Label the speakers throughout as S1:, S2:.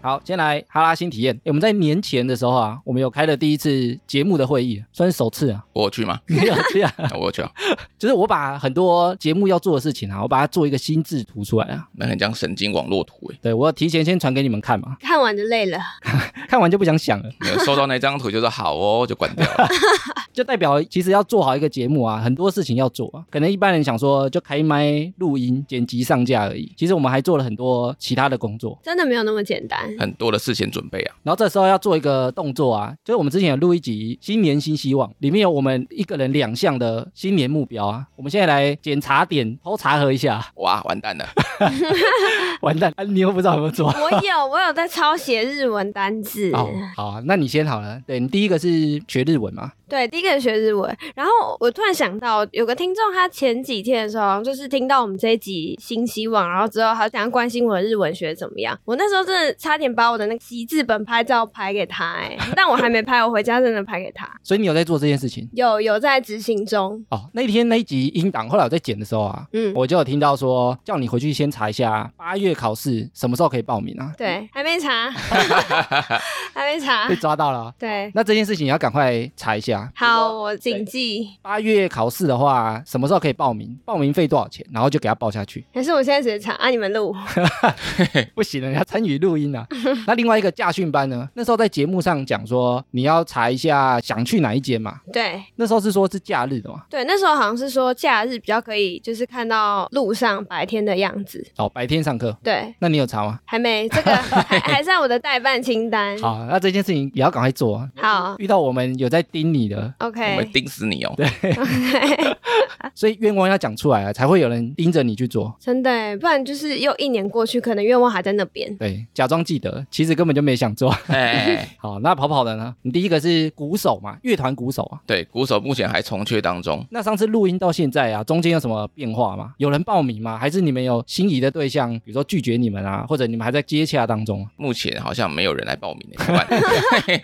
S1: 好，先来哈拉新体验。诶我们在年前的时候啊，我们有开了第一次节目的会议，算是首次啊。
S2: 我有去吗？
S1: 没有这样，
S2: 我有去啊，
S1: 就是我把很多节目要做的事情啊，我把它做一个心智图出来啊。
S2: 那很像神经网络图欸诶。
S1: 对我提前先传给你们看嘛，
S3: 看完就累了，
S1: 看完就不想想了，
S2: 没有收到那张图就说好哦，就关掉了。
S1: 就代表其实要做好一个节目啊，很多事情要做啊。可能一般人想说就开麦、录音、剪辑、上架而已，其实我们还做了很多其他的工作。
S3: 真的没有那么简单。
S2: 很多的事前准备啊，
S1: 然后这时候要做一个动作啊，就是我们之前有录一集《新年新希望》，里面有我们一个人两项的新年目标啊。我们现在来检查点偷查核一下，
S2: 哇，完蛋了，
S1: 完蛋，啊、你又不知道有没有做。
S3: 我有， 我有在抄写日文单字。
S1: 哦，好啊、那你先好了。对你第一个是学日文嘛？
S3: 对，第一个学日文。然后我突然想到，有个听众他前几天的时候，就是听到我们这一集新希望，然后之后他想要关心我的日文学怎么样。我那时候真的差点把我的那个习字本拍照拍给他、欸，但我还没拍，我回家真的拍给他。
S1: 所以你有在做这件事情
S3: 有有在执行中，
S1: 哦。那天那一集音档，后来我在剪的时候啊，
S3: 嗯，
S1: 我就有听到说叫你回去先查一下八月考试什么时候可以报名啊？
S3: 对，还没 查，还没查
S1: 被，抓到了啊、
S3: 对，
S1: 那这件事情你要赶快查一下。
S3: 好，我谨记。
S1: 八月考试的话，什么时候可以报名？报名费多少钱？然后就给他报下去。
S3: 还是我现在直接查啊？你们录，
S1: 不行了，你要参与录音啊。那另外一个驾训班呢？那时候在节目上讲说，你要查一下想去哪一间嘛。
S3: 对
S1: 那时候是说是假日的嘛，
S3: 对，那时候好像是说假日比较可以，就是看到路上白天的样子。
S1: 哦，白天上课。
S3: 对，
S1: 那你有查吗？
S3: 还没这个还还在我的代办清单。
S1: 好，那这件事情也要赶快做啊。
S3: 好
S1: 遇到我们有在盯你的，
S2: 我
S3: OK，
S2: 们盯死你哦。
S1: 所以愿望要讲出来啊，才会有人盯着你去做。
S3: 真的欸耶，不然就是又一年过去，可能愿望还在那边。
S1: 对，假装记得，其实根本就没想做。
S2: 哎，
S1: 好，那跑跑的呢？你第一个是鼓手嘛，乐团鼓手啊。
S2: 对，鼓手目前还从缺当中。
S1: 那上次录音到现在啊，中间有什么变化吗？有人报名吗？还是你们有心仪的对象，比如说拒绝你们啊，或者你们还在接洽当中啊？
S2: 目前好像没有人来报名耶，欸怎么办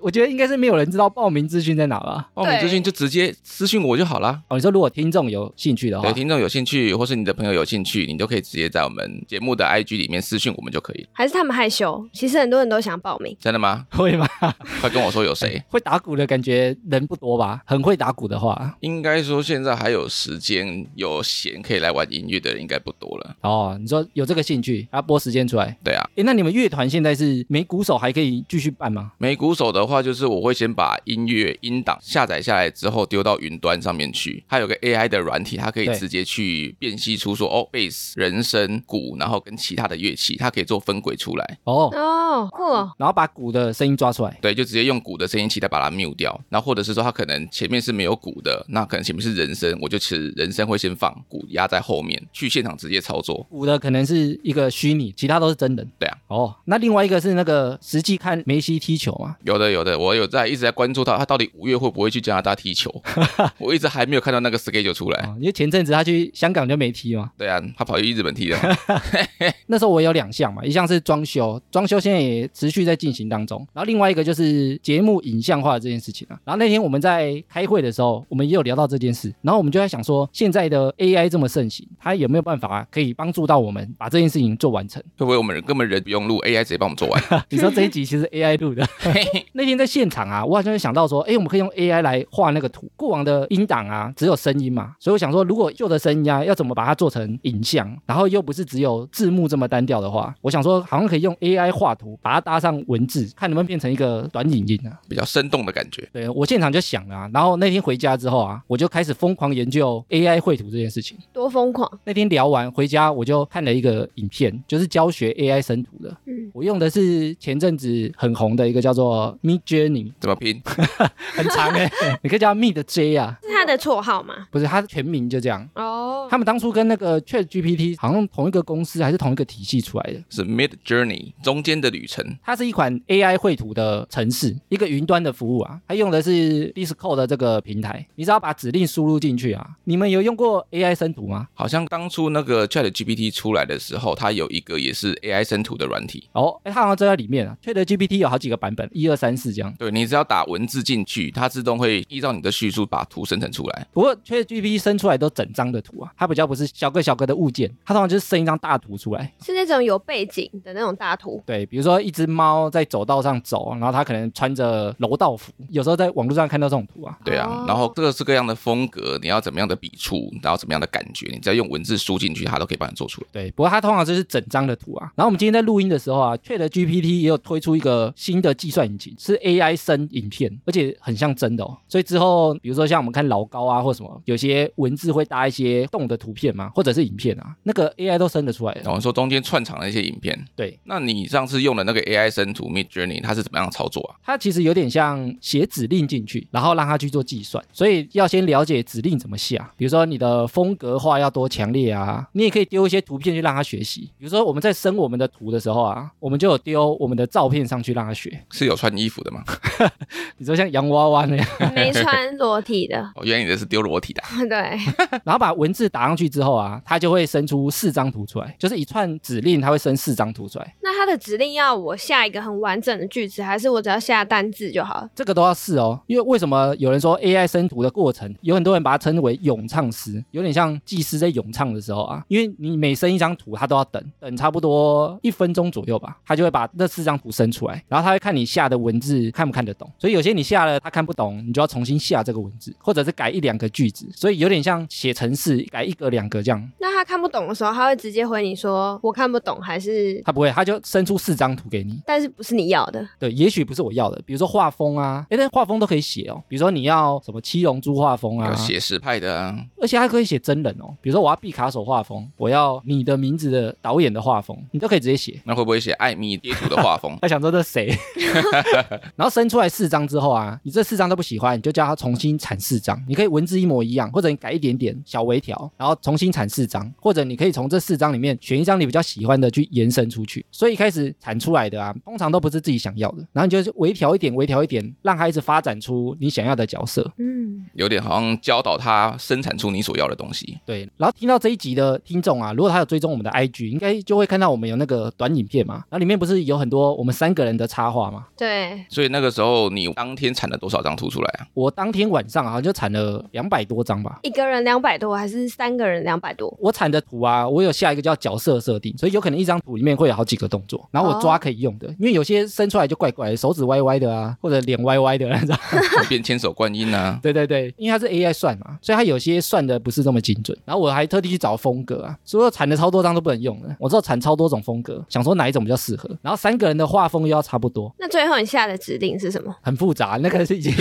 S1: 我觉得应该是没有人知道报名资讯在哪了。
S2: 报名资讯就直接私讯我就好啦。
S1: 哦，你说如果听众有兴趣的话
S2: 对，，听众有兴趣，或是你的朋友有兴趣，你都可以直接在我们节目的 IG 里面私讯我们就可以了。
S3: 还是他们害羞？其实很多人都想报名。
S2: 真的吗？
S1: 会吗？？
S2: 快跟我说有谁
S1: 会打鼓的感觉人不多吧？很会打鼓的话，
S2: 应该说现在还有时间有闲可以来玩音乐的人应该不多了。
S1: 哦，你说有这个兴趣，要拨时间出来。
S2: 对啊，
S1: 诶，那你们乐团现在是没鼓手还可以继续办吗？
S2: 没鼓手的话，就是我会先把音乐音档下载下来之后丢到云端上面去，它有个 AI 的软体，它可以
S1: 对
S2: 直接去辨析出说哦贝斯、人声、鼓，然后跟其他的乐器，它可以做分轨出来。
S1: 哦，
S3: 哦，酷哦，
S1: 然后把鼓的声音抓出来。
S2: 对，就直接用鼓的声音器再把它 mute 掉，然后或者是说它可能前面是没有鼓的，那可能前面是人声，我就其实人声会先放，鼓压在后面，去现场直接操作。
S1: 鼓的可能是一个虚拟，其他都是真人。
S2: 对啊。
S1: 哦，那另外一个是那个实际看梅西踢球嘛，
S2: 有的有的，我有在一直在关注他，他到底五月会不会去加拿大踢球？我一直还没有看到那个 schedule 出来。
S1: 哦，因为前阵子他去香港就没踢嘛，
S2: 对啊，他跑去日本踢了。
S1: 那时候我有两项嘛，一项是装修，装修现在也持续在进行当中，然后另外一个就是节目影像化的这件事情啊。然后那天我们在开会的时候，我们也有聊到这件事，然后我们就在想说，现在的 AI 这么盛行，它有没有办法可以帮助到我们把这件事情做完成？
S2: 会不会我们人根本人不用录，AI 直接帮我们做完？
S1: 你说这一集其实 AI 录的， 那天在现场啊，我好像就想到说，哎，我们可以用 AI 来画那个图。过往的音档啊，只有声音嘛，所以我想说，如果旧的声音啊，要怎么把它做成影像，然后又不是只有字幕这么单调的话，我想说，好像可以用 AI 画图，把它搭上文字，看能不能变成一个短影音啊。
S2: 比较生动的感觉。
S1: 对我现场就想了啊，然后那天回家之后啊，我就开始疯狂研究 AI 绘图这件事情。
S3: 多疯狂！
S1: 那天聊完回家，我就看了一个影片，就是教学 AI 生图的。
S3: 嗯
S1: 我用的是前阵子很红的一个叫做 Mid Journey，
S2: 怎么拼？
S1: 很长 哎、你可以叫 Mid J 啊，
S3: 是他的绰号吗？
S1: 不是它全名就这样。
S3: 哦，
S1: 他们当初跟那个 Chat GPT 好像同一个公司还是同一个体系出来的。
S2: 是 Mid Journey 中间的旅程。
S1: 它是一款 AI 绘图的城市，一个云端的服务啊。它用的是 Discord 的这个平台，你只要把指令输入进去啊。你们有用过 AI 生图吗？
S2: 好像当初那个 Chat GPT 出来的时候，它有一个也是 AI 生图的软软体。
S1: 哦，哎，它好像就在里面啊。Chat GPT 有好几个版本，一二三四这样。
S2: 对你只要打文字进去，它自动会依照你的叙述把图生成出来。
S1: 不过 Chat GPT 生出来都整张的图啊，它比较不是小个小个的物件，它通常就是生一张大图出来。
S3: 是那种有背景的那种大 图，
S1: 对，比如说一只猫在走道上走，然后它可能穿着柔道服，有时候在网络上看到这种图啊。
S2: 对啊
S3: 哦，
S2: 然后各式各样的风格，你要怎么样的笔触，然后怎么样的感觉，你只要用文字输进去，它都可以帮你做出来。
S1: 对，不过它通常就是整张的图啊。然后我们今天在录音的时候啊，Chat GPT 也有推出一个新的计算引擎，是 AI 生影片，而且很像真的哦。所以之后，比如说像我们看老高啊，或什么，有些文字会搭一些动的图片嘛，或者是影片啊，那个 AI 都生得出来
S2: 然
S1: 了。
S2: 后说中间串场的一些影片，
S1: 对，
S2: 那你上次用的那个 AI 生图 Mid Journey，它是怎么样操作啊？
S1: 它其实有点像写指令进去，然后让它去做计算，所以要先了解指令怎么下。比如说你的风格化要多强烈啊，你也可以丢一些图片去让它学习。比如说我们在生我们的图的时候啊， 我们就有丢我们的照片上去让它学。
S2: 是有穿衣服的吗？，
S1: 你说像洋娃娃那样，
S3: 没穿裸体的
S2: 哦，原来你的是丢裸体的啊、
S3: 对，
S1: 然后把文字打上去之后啊，它就会生出四张图出来，就是一串指令，它会生四张图出来。
S3: 那它的指令要我下一个很完整的句子，还是我只要下单字就好了？
S1: 这个都要试哦，因为为什么有人说 AI 生图的过程，有很多人把它称为咏唱师，有点像技师在咏唱的时候啊，因为你每生一张图，他都要等等差不多一分钟左右吧，他就会把那四张图生出来，然后他会看你下的文字看不看得懂，所以有些你下了他看不懂，你就要重新下这个文字，或者是改一两个句子，所以有点像写程式改一个两个这样。
S3: 那他看不懂的时候，他会直接回你说我看不懂，还是
S1: 他不会，他就生出四张图给你，
S3: 但是不是你要的？
S1: 对，也许不是我要的，比如说画风啊，诶，但画风都可以写哦，比如说你要什么七龙珠画风啊
S2: 有，写实派的、啊，
S1: 而且它可以写真人哦，比如说我要毕卡索画风，我要你的名字的导演的画风，你都可以直接写。？
S2: 那会不会写艾米贴图的画风
S1: 他想说这是谁，然后生出来四张之后啊，你这四张都不喜欢，你就叫他重新产四张。你可以文字一模一样，或者你改一点点小微调，然后重新产四张，或者你可以从这四张里面选一张你比较喜欢的去延伸出去。所以一开始产出来的啊，通常都不是自己想要的，然后你就是微调一点，微调一点，让它一直发展出你想要的角色。
S3: 嗯，
S2: 有点好像教导他生产出你所要的东西。
S1: 对，然后听到这一集的听众啊，如果他有追踪我们的 IG，应该就会看到我们有那个短影片嘛，然后里面不是有很多我们三个人的插画嘛？
S3: 对，
S2: 所以那个时候你当天产了多少张图出来啊？
S1: 我当天晚上啊就产了两百多张吧。
S3: 一个人两百多，还是三个人两百多？
S1: 我产的图啊，我有下一个叫角色设定，所以有可能一张图里面会有好几个动作，然后我抓可以用的，因为有些生出来就怪怪的，手指歪歪的啊，或者脸歪歪的啊那种。
S2: 你变千手观音啊？
S1: 对对对，因为它是 AI 算嘛，所以它有些算的不是这么精准。然后我还特地去找风格啊，所有产的超多张都不能用了，我知道产超多种风格，想说哪一种比较适合。然后三个人的画风又要差不多，
S3: 那最后你下的指令是什么？
S1: 很复杂，那个是已经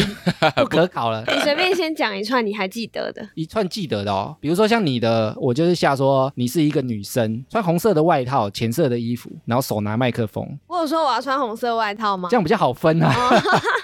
S1: 不可考了。
S3: 你随便先讲一串你还记得的。
S1: 一串记得的哦，比如说像你的，我就是下说你是一个女生，穿红色的外套，浅色的衣服，然后手拿麦克风，
S3: 我有说我要穿红色外套吗
S1: 这？样比较好分啊。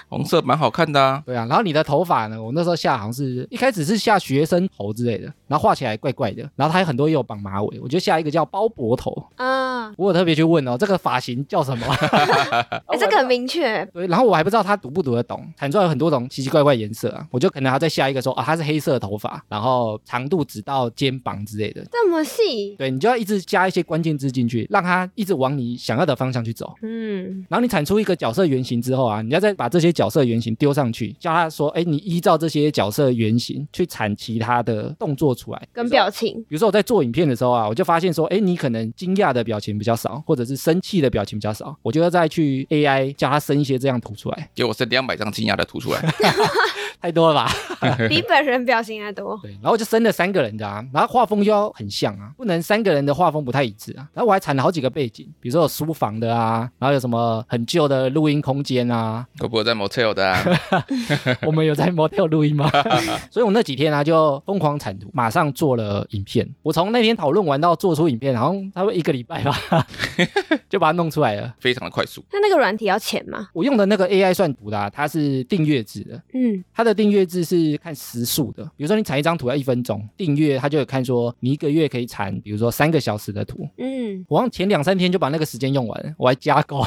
S2: 红色蛮好看的啊。
S1: 对啊，然后你的头发呢？我那时候下好像是一开始是下学生头之类的，然后画起来怪怪的，然后它有很多也有绑马尾，我就下一个叫包脖头，
S3: 啊，
S1: 我有特别去问哦，这个发型叫什么？啊
S3: 哎、这个很明确，
S1: 对，然后我还不知道他读不读得懂，产出来有很多种奇奇怪怪颜色啊，我就可能还在下一个说啊，它是黑色的头发，然后长度只到肩膀之类的。
S3: 这么细。
S1: 对你就要一直加一些关键字进去，让它一直往你想要的方向去走。
S3: 嗯，
S1: 然后你产出一个角色原型之后啊，你要再把这些角色原型丢上去，叫他说，哎，你依照这些角色原型去产其他的动作出来，
S3: 跟表情，
S1: 比如说我在做影片的时候啊，我就发现说，哎，你可能惊讶的表情比较少，或者是生气的表情比较少，我就要再去 AI 叫它生一些这样图出来，
S2: 给我生两百张惊讶的图出来，
S1: 太多了吧？
S3: 比本人表情还多。
S1: 对，然后我就生了三个人的啊，然后画风又要很像啊，不能三个人的画风不太一致啊。然后我还产了好几个背景，比如说有书房的啊，然后有什么很旧的录音空间 啊，
S2: 会不会在 motel 的啊？
S1: 我们有在 motel 录音吗？ 所以我那几天啊就疯狂产图，马上做了影片。我从那天讨论完到做出影片，好像差不多一个礼拜吧， 就把它弄出来了。
S2: 非常的快速。
S3: 那那个软体要钱吗？
S1: 我用的那个 AI 算图啦、它是订阅制的，
S3: 嗯，
S1: 它的订阅制是看时数的，比如说你产一张图要一分钟，订阅它就有看说你一个月可以产，比如说三个小时的图。
S3: 嗯，
S1: 我好像前两三天就把那个时间用完了，我还加购，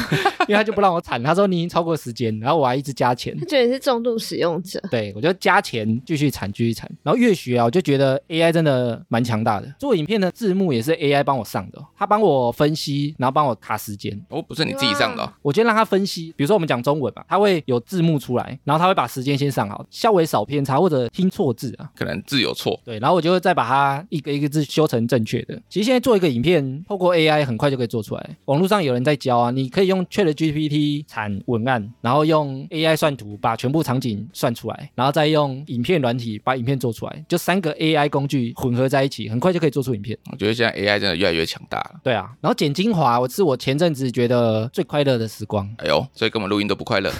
S1: 因为他就不让我惨，他说你已经超过时间，然后我还一直加钱。
S3: 他觉得你是重度使用者。
S1: 对，我就加钱继续产，继续产。然后越学啊，我就觉得 AI 真的蛮强大的。做影片的字幕也是 AI 帮我上的哦，他帮我分析，然后帮我卡时间。
S2: 哦，不是你自己上的哦、
S1: 我先让他分析，比如说我们讲中文嘛，他会有字幕出来，然后他会把时间先上好，稍微少偏差或者听错字啊。
S2: 可能字有错，
S1: 对，然后我就会再把它一个一个字修成正确的。其实现在做一个影片，透过 AI 很快就可以做出来。网络上有人在教啊，你可以用 ChatGPT 产文案，然后用 AI 算图把全部场景算出来，然后再用影片软体把影片做出来，就三个 AI 工具混合在一起，很快就可以做出影片。
S2: 我觉得现在 AI 真的越来越强大了。
S1: 对啊，然后剪精华，我是我前阵子觉得最快乐的时光，
S2: 哎呦，所以跟我们录音都不快乐。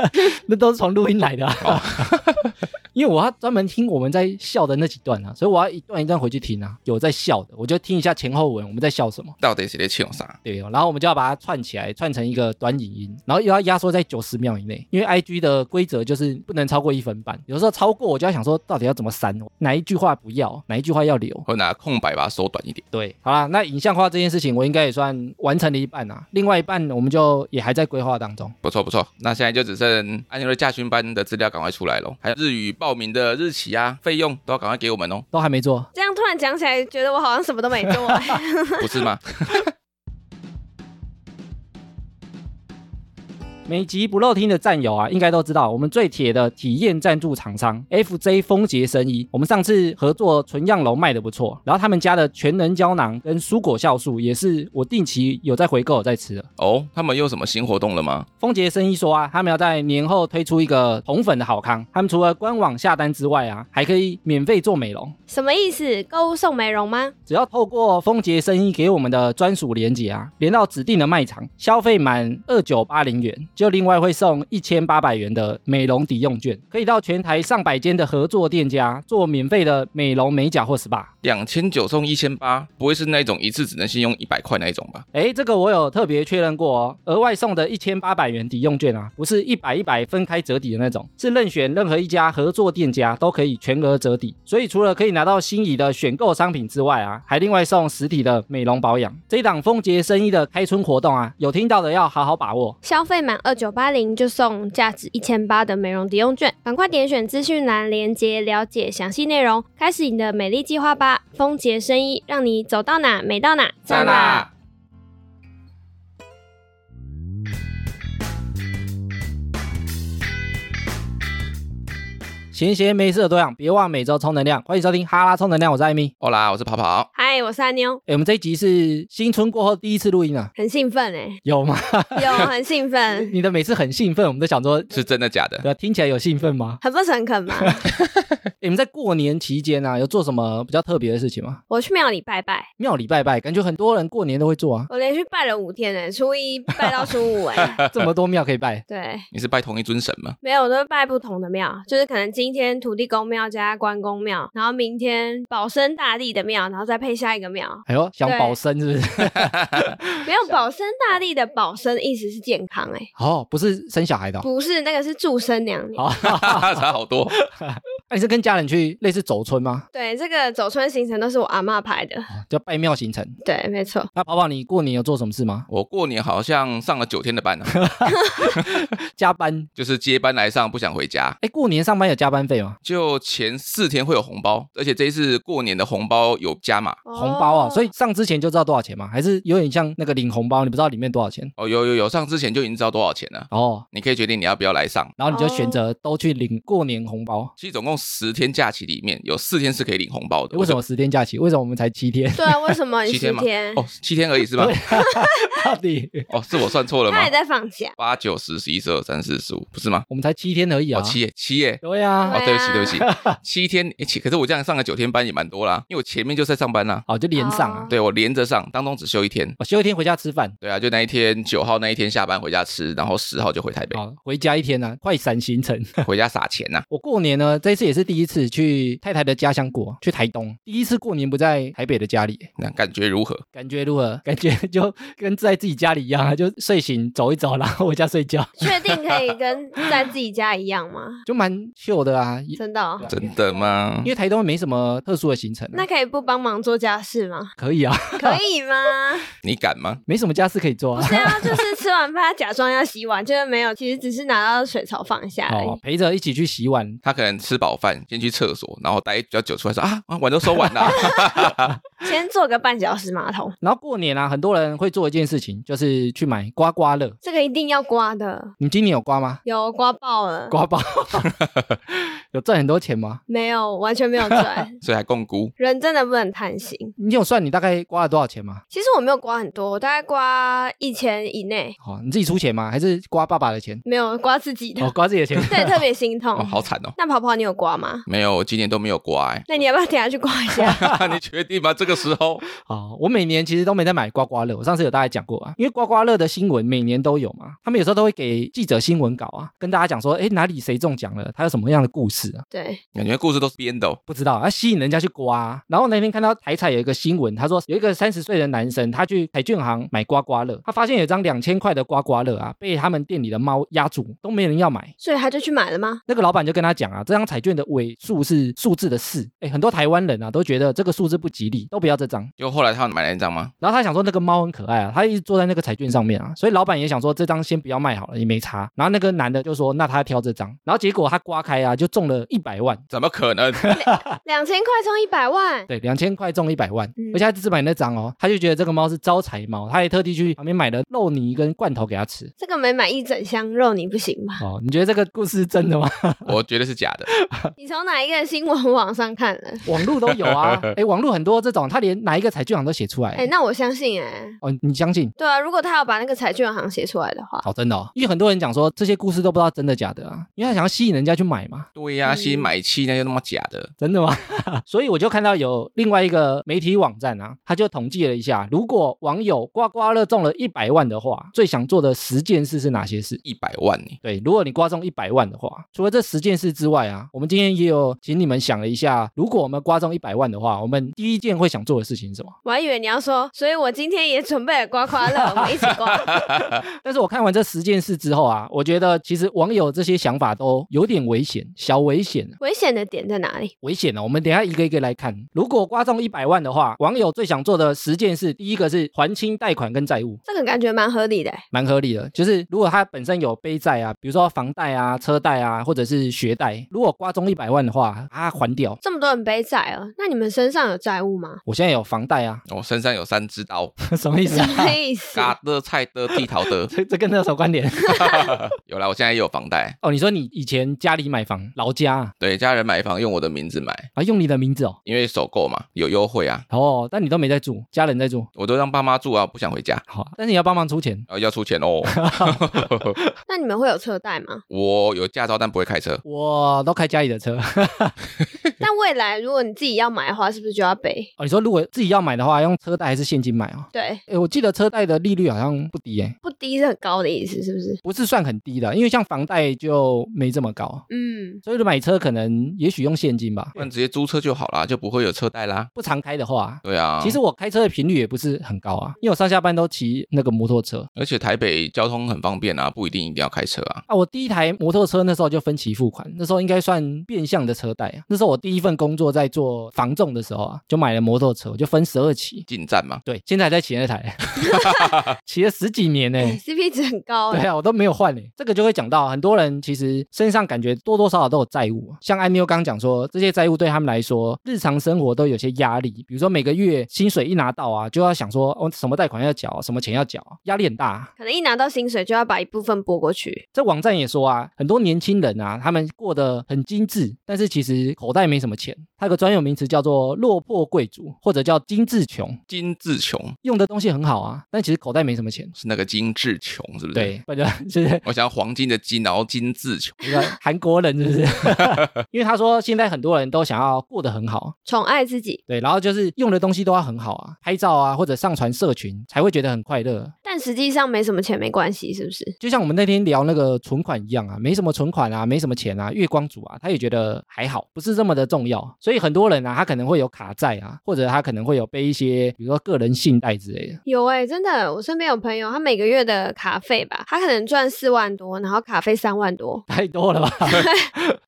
S1: 那都是从录音来的、啊。 因为我要专门听我们在笑的那几段啊，所以我要一段一段回去听啊。有在笑的，我就听一下前后文，我们在笑什么。
S2: 到底谁在欠我啥？
S1: 对哦，然后我们就要把它串起来，串成一个短影音，然后又要压缩在九十秒以内，因为 I G 的规则就是不能超过一分半。有时候超过，我就要想说到底要怎么删，哪一句话不要，哪一句话要留。
S2: 我拿空白把它缩短一点。
S1: 对，好啦，那影像化这件事情，我应该也算完成了一半啊，另外一半我们就也还在规划当中。
S2: 不错不错，那现在就只剩安妞的驾训班的资料赶快出来喽，还有日语报名的日期啊、费用都要赶快给我们哦，
S1: 都还没做，
S3: 这样突然讲起来，觉得我好像什么都没做、 哎
S2: 不是吗？
S1: 每集不漏听的战友啊，应该都知道我们最铁的体验赞助厂商 FJ 丰杰生医。我们上次合作纯样楼卖的不错，然后他们家的全能胶囊跟蔬果酵素也是我定期有在回购有在吃的。
S2: 哦，他们又有什么新活动了吗？
S1: 丰杰生医说啊，他们要在年后推出一个红粉的好康，他们除了官网下单之外啊，还可以免费做美容，
S3: 什么意思？购物送美容吗？
S1: 只要透过丰杰生医给我们的专属链接啊，连到指定的卖场，消费满二九八零元。就另外会送一千八百元的美容抵用券，可以到全台上百间的合作店家做免费的美容、美甲或 SPA。
S2: 两千九送一千八，不会是那种一次只能先用一百块那一种吧？
S1: 哎，这个我有特别确认过哦，额外送的一千八百元抵用券啊，不是一百一百分开折抵的那种，是任选任何一家合作店家都可以全额折抵。所以除了可以拿到心仪的选购商品之外啊，还另外送实体的美容保养。这一档丰杰生意的开春活动啊，有听到的要好好把握。
S3: 消费满二九八零就送价值一千八的美容抵用券，赶快点选资讯栏链接了解详细内容，开始你的美丽计划吧！丰杰生衣让你走到哪美到哪，
S2: 赞啦！
S1: 闲闲没事的多养，别忘每周充能量。欢迎收听哈拉充能量，我是艾米。
S2: 好啦，我是跑跑，
S3: 嗨，我是阿妞，
S1: 哎，我们这一集是新春过后第一次录音啊，
S3: 很兴奋 哎、
S1: 有吗？
S3: 有很兴奋，
S1: 你的每次很兴奋，我们都想说，
S2: 是真的假的？
S1: 对啊，听起来有兴奋吗？
S3: 很不诚恳嘛。
S1: 哎你们在过年期间啊，有做什么比较特别的事情吗？
S3: 我去庙里拜拜，
S1: 庙里拜拜，感觉很多人过年都会做啊，
S3: 我连续拜了五天哎、初一拜到初五哎、。
S1: 这么多庙可以拜
S3: 对。
S2: 你是拜同一尊神吗？
S3: 没有，我都会拜不同的庙，就是可能今天土地公庙加关公庙，然后明天保生大帝的庙，然后再配下一个庙。
S1: 哎呦，想
S3: 对
S1: 保身是不是？
S3: 没有保生大帝的保生意思是健康、欸，哎，
S1: 哦，不是生小孩的、哦。
S3: 不是那个是祝生娘娘。
S1: 好，
S2: 差好多，
S1: 那、你是跟家人去类似走村吗？
S3: 对，这个走村行程都是我阿嬷排的。
S1: 叫拜庙行程。
S3: 对，没错，
S1: 那宝宝，你过年有做什么事吗？
S2: 我过年好像上了九天的班呢、啊
S1: 加班？
S2: 就是接班来上，不想回家。
S1: 哎，过年上班有加班费吗？
S2: 就前四天会有红包，而且这一次过年的红包有加码。
S1: 红包啊，所
S3: 以
S1: 以上之前就知道多少钱吗？还是有点像那个领红包，你不知道里面多少钱
S2: 哦，有有有，上之前就已经知道多少钱了，
S1: 哦，
S2: 你可以决定你要不要来上。
S1: 然后你就选择都去领过年红包。
S2: 其实总共十天假期里面有四天是可以领红包的。
S1: 诶为什么十天假期？为什么我们才七天？
S3: 对啊，为什么你
S2: 七
S3: 十
S2: 天吗我就？哦，七天而已是吧？
S1: 到底
S2: 哦，是我算错了吗
S3: 他？也在放假，
S2: 八九十十一十二三四十五，不是吗？
S1: 我们才七天而已啊！
S2: 哦，七耶，七耶。
S1: 对啊，
S2: 哦，
S3: 对
S2: 对
S3: 啊
S2: 不起，对不起，七天，诶七，可是我这样上了九天班也蛮多啦，因为我前面就在上班啦。
S1: 好就连上啊
S3: 哦。
S2: 对，我连着上，当中只休一天。
S1: 我休一天回家吃饭，
S2: 对啊，就那一天九号那一天下班回家
S1: 哦
S2: 吃，然后十号就回台北，
S1: 好回家一天啊，快闪行程。
S2: 回家撒钱呐、
S1: 我过年呢，这一次也也是第一次去太太的家乡过，去台东，第一次过年不在台北的家里，
S2: 那感觉如何？
S1: 感觉如何？ 感觉就跟在自己家里一样啊，就睡醒走一走，然后回家睡觉，
S3: 确定可 以跟在自己家一样吗？
S1: 就蛮秀的啊。也
S3: 真的哦、
S2: 真的吗
S1: 因？为台东没什么特殊的行程啊、
S3: 那可以不帮忙做家 事吗？
S1: 可以啊，
S3: 可以吗？
S2: 你敢吗？
S1: 没什么家事可以做
S3: 不
S1: 啊。
S3: 是啊，就是吃完饭假装要洗碗，就是没有，其实只是拿到水槽放下而已。
S1: 哦，陪着一起去洗碗，
S2: 他可能吃饱饭先去厕所，然后待比较久出来说啊，啊碗都收完了。。
S3: 先做个半小时马桶，
S1: 然后过年啊，很多人会做一件事情，就是去买刮刮乐。
S3: 这个一定要刮的，
S1: 你今年有刮吗？
S3: 有刮爆了，
S1: 刮爆，有赚很多钱吗？
S3: 没有，完全没 有赚
S2: 所以还共估
S3: 人真的不能贪心。
S1: 你有算你大概刮了多少钱吗？
S3: 其实我没有刮很多，我大概刮一千以内，
S1: 哦，你自己出钱吗？还是刮爸爸的钱？
S3: 没有刮自己的，
S1: 哦，刮自己的钱。
S3: 对，特别心痛。
S2: 哦，好惨哦。
S3: 那跑跑你有刮吗？
S2: 没有，我今年都没有刮 哎、
S3: 那你要不要等一下去刮一下？
S2: 你确定吗？这个时候
S1: 哦，我每年其实都没在买刮刮乐，我上次有大概讲过啊，因为刮刮乐的新闻每年都有嘛，他们有时候都会给记者新闻稿啊，跟大家讲说，哎，哪里谁中奖了，他有什么样的故事啊？
S3: 对，
S2: 感觉故事都是编的、哦，
S1: 不知道，要、吸引人家去刮啊、然后那天看到台彩有一个新闻，他说有一个三十岁的男生，他去彩券行买刮刮乐，他发现有张两千块的刮刮乐啊，被他们店里的猫压住，都没人要买。
S3: 所以他就去买了吗？
S1: 那个老板就跟他讲啊，这张彩券的尾数是数字的四，哎，很多台湾人啊都觉得这个数字不吉利，都不要这张。
S2: 就后来他买了一张吗？
S1: 然后他想说那个猫很可爱啊，他一直坐在那个彩券上面啊，所以老板也想说这张先不要卖好了，也没差。然后那个男的就说那他挑这张，然后结果他刮开啊就中了一百万，
S2: 怎么可能？
S3: 两千块中一百万，
S1: 对，两千块中一百万，
S3: 嗯
S1: 而且他只买那张哦，他就觉得这个猫是招财猫，他还特地去旁边买了肉泥跟罐头给它吃。
S3: 这个没买一整箱肉你不行 吧？
S1: 哦，你觉得这个故事是真的吗？
S2: 我觉得是假的。
S3: 你从哪一个新闻网上看的？
S1: 网络都有 啊，哎，网络很多这种，他连哪一个彩券行都写出来。
S3: 哎、那我相信哎、
S1: 哦，你相信？
S3: 对啊，如果他要把那个彩券行写出来的话，
S1: 哦，真的哦，因为很多人讲说这些故事都不知道真的假的啊，因为他想要吸引人家去买嘛。
S2: 对呀、新买气那就那么假的，
S1: 真的吗？ 所以我就看到有另外一个媒体网站啊，他就统计了一下，如果网友刮刮乐中了一百万的话，最想做的十件事是哪些事？
S2: 一百万呢、
S1: 对，如果你刮中一百万的话，除了这十件事之外啊，我们今天也有请你们想了一下，如果我们刮中一百万的话，我们第一件会想做的事情是什么？
S3: 我还以为你要说，所以我今天也准备了刮刮乐，我们一起刮。
S1: 但是我看完这十件事之后啊，我觉得其实网友这些想法都有点危险，小危险啊
S3: 危险的点在哪里？
S1: 危险哦！我们等一下一个一个来看。如果刮中一百万的话，网友最想做的十件事，第一个是还清贷款跟债务，
S3: 这个感觉蛮合理的、欸。
S1: 蛮合理的。就是如果他本身有背债啊，比如说房贷啊、车贷啊，或者是学贷，如果刮中一百万的话，把它还掉。
S3: 这么多人背债哦，那你们身上有债务吗？
S1: 我现在有房贷啊，
S2: 我、身上有三只刀，
S1: 什么意思
S3: 什
S1: 啊？。
S3: 么意思？
S2: 嘎的、菜的、地桃的
S1: 这这跟那有什么关联？
S2: 有啦，我现在也有房贷，
S1: 哦，你说你以前家里买房，老家啊，
S2: 对，家人买房用我的名字买，
S1: 啊用你的名字哦。
S2: 因为首购嘛，有优惠啊，
S1: 哦，但你都没在住，家人在住。
S2: 我都让爸妈住啊，不想回家，
S1: 好，但是你要帮忙出钱。
S2: 然后要出钱哦。？
S3: 那你们会有车贷吗
S2: 我有驾照，但不会开车。
S1: 我都开家里的车 哦
S3: 那未来如果你自己要买的话，是不是就要背？
S1: 哦。你说如果自己要买的话，用车贷还是现金买啊、哦？
S3: 对，
S1: 哎，我记得车贷的利率好像不低哎，
S3: 不低是很高的意思，是不是？
S1: 不是算很低的，因为像房贷就没这么高，
S3: 嗯，
S1: 所以买车可能也许用现金吧
S2: 不，然直接租车就好啦，就不会有车贷啦。
S1: 不常开的话。
S2: 对啊，
S1: 其实我开车的频率也不是很高啊，因为我上下班都骑那个摩托车
S2: 而且台北交通很方便啊，不一定一定要开车啊。
S1: 啊。我第一台摩托车那时候就分期付款，那时候应该算变相的车贷啊。那时候我第一份工作在做房仲的时候啊，就买了摩托车，我就分十二期。
S2: 进站嘛，
S1: 对，现在还在骑那台， 骑了十几年呢、
S3: 哎、c p 值很高、
S1: 对
S3: 欸。
S1: 啊，我都没有换诶。这个就会讲到很多人其实身上感觉多多少少都有债务啊，像安妞刚讲说，这些债务对他们来说，日常生活都有些压力。比如说每个月薪水一拿到啊，就要想说哦，什么贷款要缴，什么钱要缴，压力很大啊。
S3: 可能一拿到薪水就要把一部分拨过去，
S1: 这网站也说啊，很多年轻人啊，他们过得很精致，但是其实口袋没什么钱。它有个专有名词叫做落魄贵族，或者叫精致穷，
S2: 金志穷
S1: 用的东西很好啊，但其实口袋没什么钱。
S2: 是那个金志穷，是不是？
S1: 对，，反正就是
S2: 我想要黄金的金，然后金志穷，
S1: 这个韩国人是不是？因为他说现在很多人都想要过得很好，
S3: 宠爱自己，
S1: 对，然后就是用的东西都要很好啊，拍照啊或者上传社群才会觉得很快乐。
S3: 但实际上没什么钱没关系，是不是？
S1: 就像我们那天聊那个存款一样啊，没什么存款啊，没什么钱啊，月光族啊，他也觉得还好，不是这么的重要。所以很多人啊，他可能会有卡债啊，或者他可能会有背一些，比如说个人信贷之类的。
S3: 有哎、真的，我身边有朋友，他每个月的卡费吧，他可能赚四万多，然后卡费三万多，
S1: 太多了吧？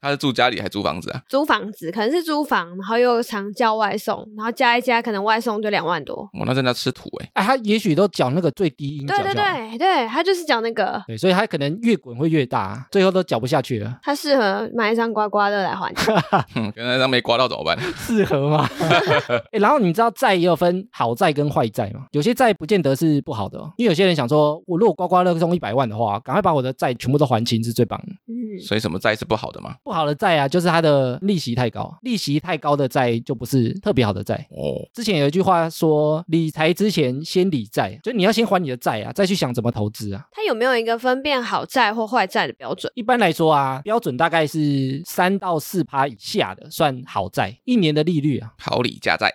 S2: 他是住家里还租房子啊？
S3: 租房子可能是租房，然后又常叫外送，然后加一加，可能外送就两万多。
S2: 我那真的要吃土哎、
S1: 哎，他也许都缴那个最低音
S3: 对
S1: 缴就好
S3: 对
S1: 了，
S3: 对对，他就是讲那个，
S1: 对所以他可能越滚会越大啊，最后都缴不下去了，
S3: 他适合买一张刮刮乐来还 钱。
S2: 哼，跟那张没刮到怎么办？
S1: 适合吗？哎然后你知道债也有分好债跟坏债嘛？有些债不见得是不好的哦、因为有些人想说，我如果刮刮乐中一百万的话，赶快把我的债全部都还清是最棒的。
S3: 嗯，
S2: 所以什么债是不好的嘛？
S1: 不好的债啊，就是它的利息太高，利息太高的债就不是特别好的债。
S2: 哦，
S1: 之前有一句话说，理财之前先理债，就你要先还你的债啊，再去想怎么投资啊。
S3: 他有没有一个分辨好债或坏债的标准？
S1: 一般来说啊，标准大概是三到四趴以下的算好债，一年的利率啊，
S2: 好礼加债，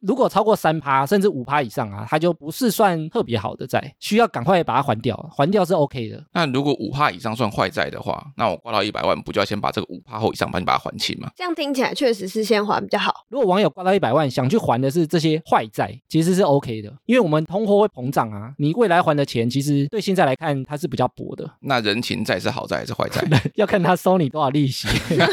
S1: 如果超过三趴甚至五趴以上啊，它就不是算特别好的债，需要赶快把它还掉，还掉是 OK 的。
S2: 那如果五帕以上算坏债的话，那我刮到一百万，不就要先把这个五帕后以上把你把它还清吗？
S3: 这样听起来确实是先还比较好。
S1: 如果网友刮到一百万，想去还的是这些坏债，其实是 OK 的，因为我们通货会膨胀啊，你未来还的钱，其实对现在来看它是比较薄的，
S2: 那人情债是好债还是坏债？
S1: 要看他收你多少利息。 欸、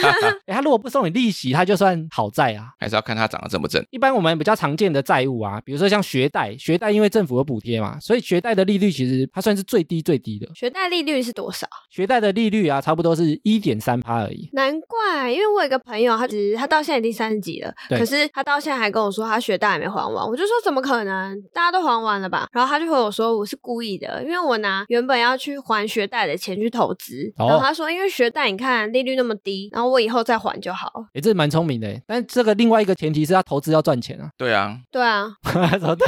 S1: 他如果不收你利息，他就算好债啊。
S2: 还是要看他长得正不正？
S1: 一般我们比较常见的债务啊，比如说像学贷，学贷因为政府有补贴嘛，所以学贷的利率其实它算是最低最低的，
S3: 学贷利率是多少？
S1: 学贷的利率啊，差不多是一点三趴而已。
S3: 难怪，因为我有一个朋友，他其实他到现在已经三十几了，
S1: 对
S3: 可是他到现在还跟我说他学贷还没还完，我就说怎么可能？大家都还完了吧？然后他就回我说我是故意的，因为我拿原本要去还学贷的钱去投资，
S1: 哦
S3: 然后他说因为学贷你看利率那么低，然后我以后再还就好了。
S1: 也、这蛮聪明的欸，但这个另外一个前提是他投资要赚钱啊，
S2: 对啊，
S3: 对啊，
S1: 什么对，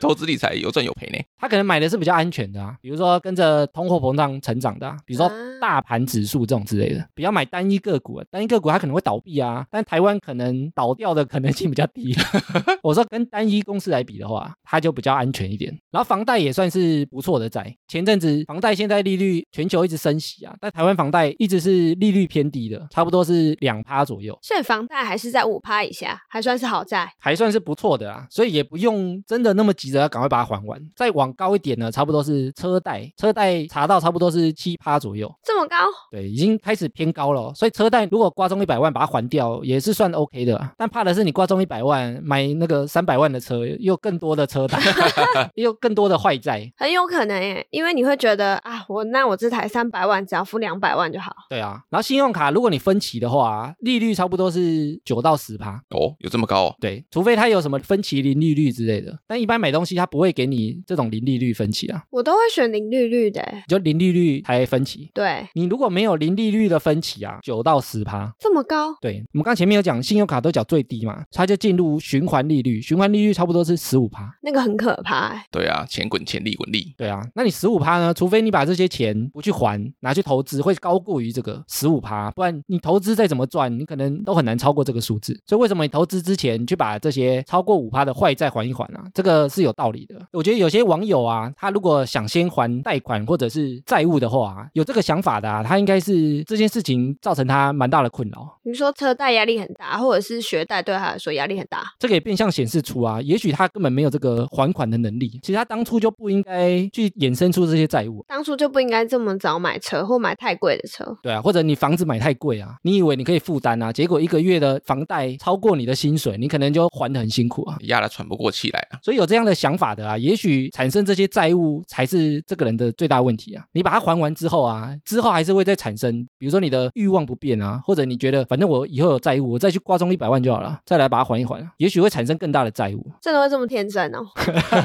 S2: 投资理财有赚有赔呢。
S1: 他可能买的是比较安全的啊，比如说跟着通货膨胀成长的、啊，比如说
S3: 啊
S1: 大盘指数这种之类的，不要买单一个股、啊，单一个股它可能会倒闭啊，但台湾可能倒掉的可能性比较低。 我说跟单一公司来比的话，它就比较安全一点。然后房贷也算是不错的债，前阵子房贷现在利率全球一直升息啊，但台湾房贷一直是利率偏低的，差不多是两趴左右。
S3: 所以房贷还是在五趴以下，还算是好债。
S1: 还算是不错的啊，所以也不用真的那么急着要赶快把它还完。再往高一点呢，差不多是车贷，车贷查到差不多是七趴左右，
S3: 这么高，
S1: 对，已经开始偏高了哦、所以车贷如果刮中一百万把它还掉，也是算 OK 的啊、但怕的是你刮中一百万买那个三百万的车，又更多的车贷， 又更多的坏债。
S3: 很有可能耶，因为你会觉得啊，我那我这台三百万只要付两百万就好，
S1: 对啊，然后信用卡如果你分期的话，利率差不多是九到十趴，
S2: 哦，有这么高哦？
S1: 对，除非它有什么分期零利率之类的，但一般买东西它不会给你这种零利率分期啊。
S3: 我都会选零利率的耶。
S1: 就零利率才分歧。
S3: 对，
S1: 你如果没有零利率的分歧啊，九到十趴。
S3: 这么高，
S1: 对我们刚前面有讲，信用卡都缴最低嘛，它就进入循环利率，循环利率差不多是十五趴。
S3: 那个很可怕欸耶。
S2: 对啊，钱滚钱，利滚利。
S1: 对啊，那你十五趴呢？除非你把这些钱不去还，拿去投资，会高过于这个十五趴，不然你投资再怎么赚，你可能都很难超过这个数字。所以为什么你投资之前你去把这些超过五趴的坏债还一还啊？这个是有道理的。我觉得有些网友啊，他如果想先还贷款或者是债务的话、啊，有这个想法的啊，他应该是这件事情造成他蛮大的困扰。
S3: 你说车贷压力很大，或者是学贷对他来说压力很大，
S1: 这个也变相显示出啊，也许他根本没有这个还款的能力。其实他当初就不应该去衍生出这些债务啊
S3: 当初就不应该这么早买车或买太贵的车。
S1: 对啊，或者你房子买太贵啊，你以为你可以负担啊，结果一个月的房贷超过你的薪水，你可能就还得很辛苦啊。
S2: 压得喘不过气来啊！
S1: 所以有这样的想法的啊，也许产生这些债务才是这个人的最大问题啊。你把它还完之后啊，之后还是会再产生，比如说你的欲望不变啊，或者你觉得反正我以后有债务，我再去刮中一百万就好了，再来把它还一还啊，也许会产生更大的债务。
S3: 真的会这么天真哦？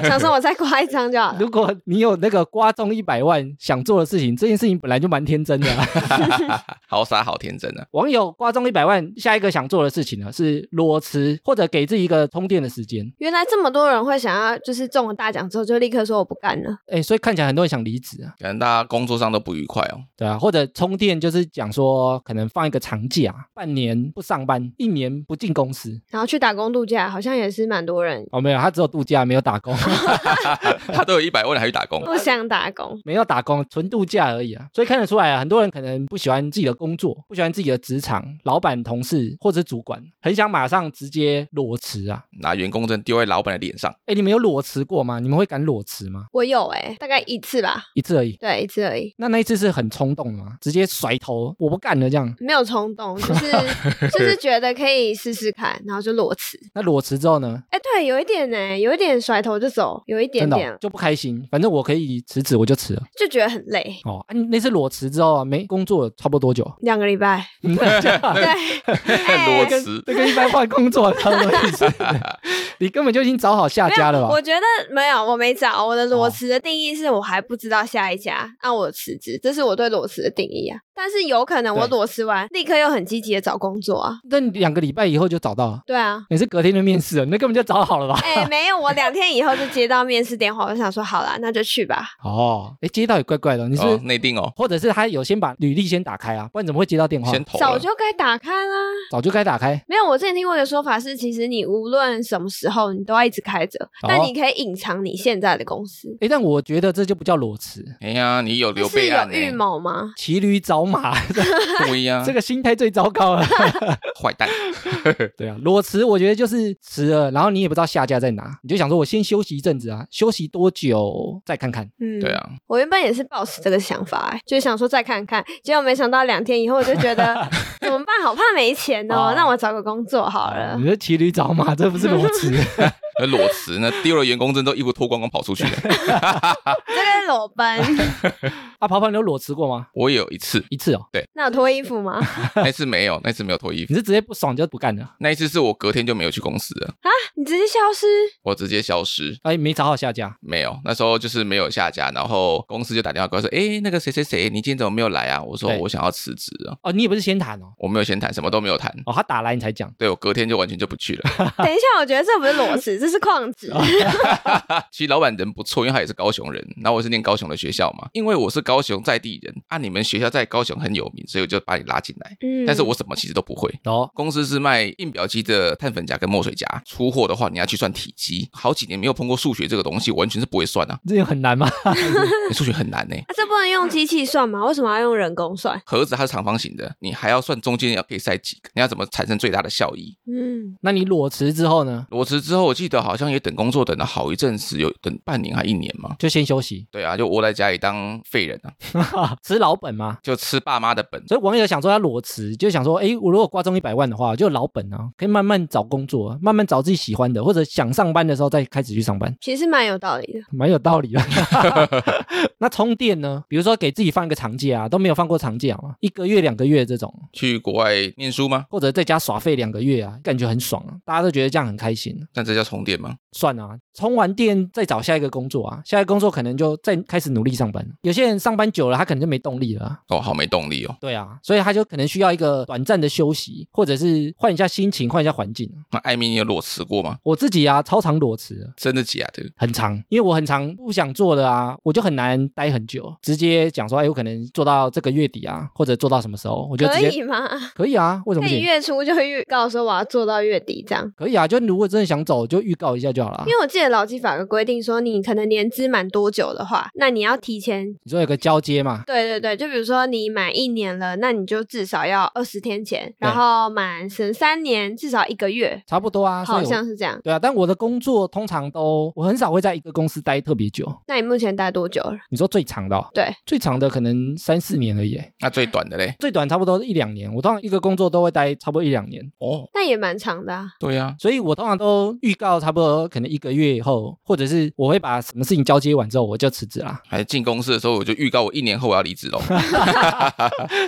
S3: 想说我再刮一张就好了。
S1: 如果你有那个刮中一百万想做的事情，这件事情本来就蛮天真的、啊。
S2: 好傻好天真啊！
S1: 网友刮中一百万，下一个想做的事情呢是裸辞，或者给自己一个充电的时间。
S3: 原来这么多人会想要，就是中了大奖之后就立刻说我不干了。
S1: 哎，所以看起来很多人想离职啊。
S2: 可能大家工作上都不愉快哦。
S1: 对啊，或者充电就是讲说，可能放一个长假，半年不上班，一年不进公司。
S3: 然后去打工度假，好像也是蛮多人
S1: 哦，没有，他只有度假，没有打工，
S2: 他都有一百万了，还去打工，
S3: 不想打工。
S1: 没有打工，纯度假而已啊。所以看得出来啊，很多人可能不喜欢自己的工作，不喜欢自己的职场、老板、同事或者是主管，很想马上直接裸辞啊。
S2: 拿员工证丢在老板的脸上。
S1: 哎，你们有裸辞过吗？你们会敢裸辞吗？
S3: 我有哎、大概一次吧，
S1: 一次而已。
S3: 对，一次而已，
S1: 那那一次是很冲动的吗？直接甩头，我不干了这样。
S3: 没有冲动，就是 就是觉得可以试试看，然后就裸辞。
S1: 那裸辞之后呢？
S3: 哎、对，有一点呢、有一点甩头就走，有一点
S1: 真的
S3: 点
S1: 哦、，就不开心，反正我可以辞职，我就辞了。
S3: 就觉得很累。
S1: 哦，啊、你那次裸辞之后啊，没工作差不多多久？
S3: 两个礼拜，对，哎
S2: 裸辞，
S1: 这跟一般换工作差不多意思。 你根本就已经找好下家了吧？哦
S3: 我觉得没有，我没找我的裸辞的定义是我还不知道下一家，那、我辞职，这是我对裸辞的定义啊。但是有可能我
S1: 对
S3: 裸辞完，立刻又很积极的找工作啊。
S1: 那你两个礼拜以后就找到了，
S3: 对啊，
S1: 你是隔天就面试了，那根本就找好 了吧？
S3: 哎、没有，我两天以后就接到面试电话，我就想说好啦，那就去吧。
S1: 哦，哎，接到也怪怪的，你是不是、
S2: 哦，内定哦，
S1: 或者是他有先把履历先打开啊，不然怎么会接到电话？
S2: 先投
S3: 早
S2: 了。
S3: 就该打开啦。
S1: 早就该打开。
S3: 没有，我之前听过一个说法是，其实你无论什么时候，你都要一直开着，但
S1: 哦
S3: 你可以隐藏你现在的公司。
S1: 哎，但我觉得这就不叫裸辞，
S2: 哎呀，你有
S3: 这
S2: 留
S3: 是
S2: 备案欸
S3: 有
S2: 呢、
S3: 预谋吗？
S1: 骑驴找马，
S2: 对呀、
S1: 这个心态最糟糕了。
S2: 坏蛋，
S1: 对啊，裸辞我觉得就是辞了，然后你也不知道下家在哪，你就想说我先休息一阵子啊，休息多久再看看。
S3: 嗯，
S2: 对。啊，
S3: 我原本也是抱持这个想法、哎，就是想说再看看，结果没想到两天以后，我就 觉得怎么办？好怕没钱哦，
S1: 哦
S3: 那我找个工作好了
S1: 你。
S2: 嗯
S1: 说骑驴找马， 这不是裸 辞？
S2: 那裸辞呢，丢了员工证都衣服脱光光跑出去了。
S3: 这个裸奔，
S1: 啊，跑跑，你有裸辞过吗？
S2: 我有一次，
S1: 一次哦，
S3: 那有脱衣服吗？
S2: 那次没有，那次没有脱衣服
S1: 你，是直接不爽就不干了，
S2: 那一次是我隔天就没有去公司了，
S3: 你直接消失，
S2: 我直接消失。
S1: 哎，没找好下家，
S2: 没有，那时候就是没有下家，然后公司就打电话跟我说：“哎，那个谁谁谁，你今天怎么没有来啊？”我说：“
S1: 对
S2: 我想要辞职啊。
S1: 哦，你也不是先谈哦”，
S2: 我没有先谈，什么都没有谈。
S1: 哦，他打来你才讲，
S2: 对我隔天就完全就不去了。
S3: 等一下，我觉得这不是裸辞，这是旷职。
S2: 哦其实老板人不错，因为他也是高雄人，然后我是念高雄的学校嘛，因为我是高雄在地人，啊，你们学校在高雄很有名，所以我就把你拉进来。
S3: 嗯
S2: 但是我什么其实都不会。
S1: 哦，
S2: 公司是卖印表机的碳粉夹跟墨水夹，出货的话你要去算体积。好几年没有碰过数学这个东西，我完全是不会算 啊，
S1: 这也很难吗？
S2: 欸数学很难呢、
S3: 啊这不能用机器算吗？为什么要用人工算？
S2: 盒子它是长方形的，你还要算中间要可以塞几个，你要怎么产生最大的效益？
S3: 嗯，
S1: 那你裸辞之后呢，
S2: 裸辞之后，我记得好像也等工作等了好一阵子，有等半年还一年嘛。
S1: 就先休息，
S2: 对啊，就窝在家里当废人啊，
S1: 吃老本嘛。
S2: 就吃爸妈的本。
S1: 所以网友想说他裸辞，就想说，哎，我如果刮中一百万的话，就有老本啊，可以慢慢找工作啊，慢慢找自己喜欢的，或者想上班的时候再开始去上班，
S3: 其实蛮有道理的。
S1: 蛮有道理的。那充电呢？比如说给自己放一个长假啊，都没有放过长假嘛，一个月、两个月这种，
S2: 去国外念书吗？
S1: 或者在家耍废两个月啊，感觉很爽啊，大家都觉得这样很开心啊、
S2: 但这叫充电吗？
S1: 算啊，充完电再找下一个工作啊，下一个工作可能就再开始努力上班。有些人上班久了，他可能就没动力了啊、
S2: 哦，好没动力哦。
S1: 对啊，所以他就可能需要一个短暂的休息，或者是换一下心情，换一下环境。啊
S2: 那艾米，你有裸辞过吗？
S1: 我自己啊，超常裸辞的，
S2: 真的假的？
S1: 很长，因为我很常不想做的啊，我就很难待很久，直接讲说，哎，我可能做到这个月底啊，或者做到什么时候，我就
S3: 可
S1: 直接
S3: 以吗？
S1: 可以啊，为什么
S3: 可
S1: 不行？
S3: 以月初就预告说我要做到月底这样，
S1: 可以啊，就如果真的想走，就预告一下就好了啊
S3: 因。为我记得劳基法的规定说，你可能年资满多久的话，那你要提前。
S1: 你说有个交接嘛，
S3: 对对对，就比如说你满一年了，那你就至少要二十天前，然后满十三年至少一个月，
S1: 差不多啊，所
S3: 好
S1: 以我
S3: 像是这样。
S1: 对啊，但我的工作通常都我很少会在一个公司待特别久。
S3: 那你目前待多久了？
S1: 你说最长的、哦，
S3: 对，
S1: 最长的可能三四年而已耶，
S2: 那最短的嘞？
S1: 最短差不多一两年。我通常一个工作都会待差不多一两年，
S2: 哦，
S3: 那也蛮长的、啊。
S2: 对呀、，
S1: 所以我通常都预告差不多可能一个月以后，或者是我会把什么事情交接完之后我就辞职啦
S2: 还进公司的时候我就预告我一年后我要离职喽。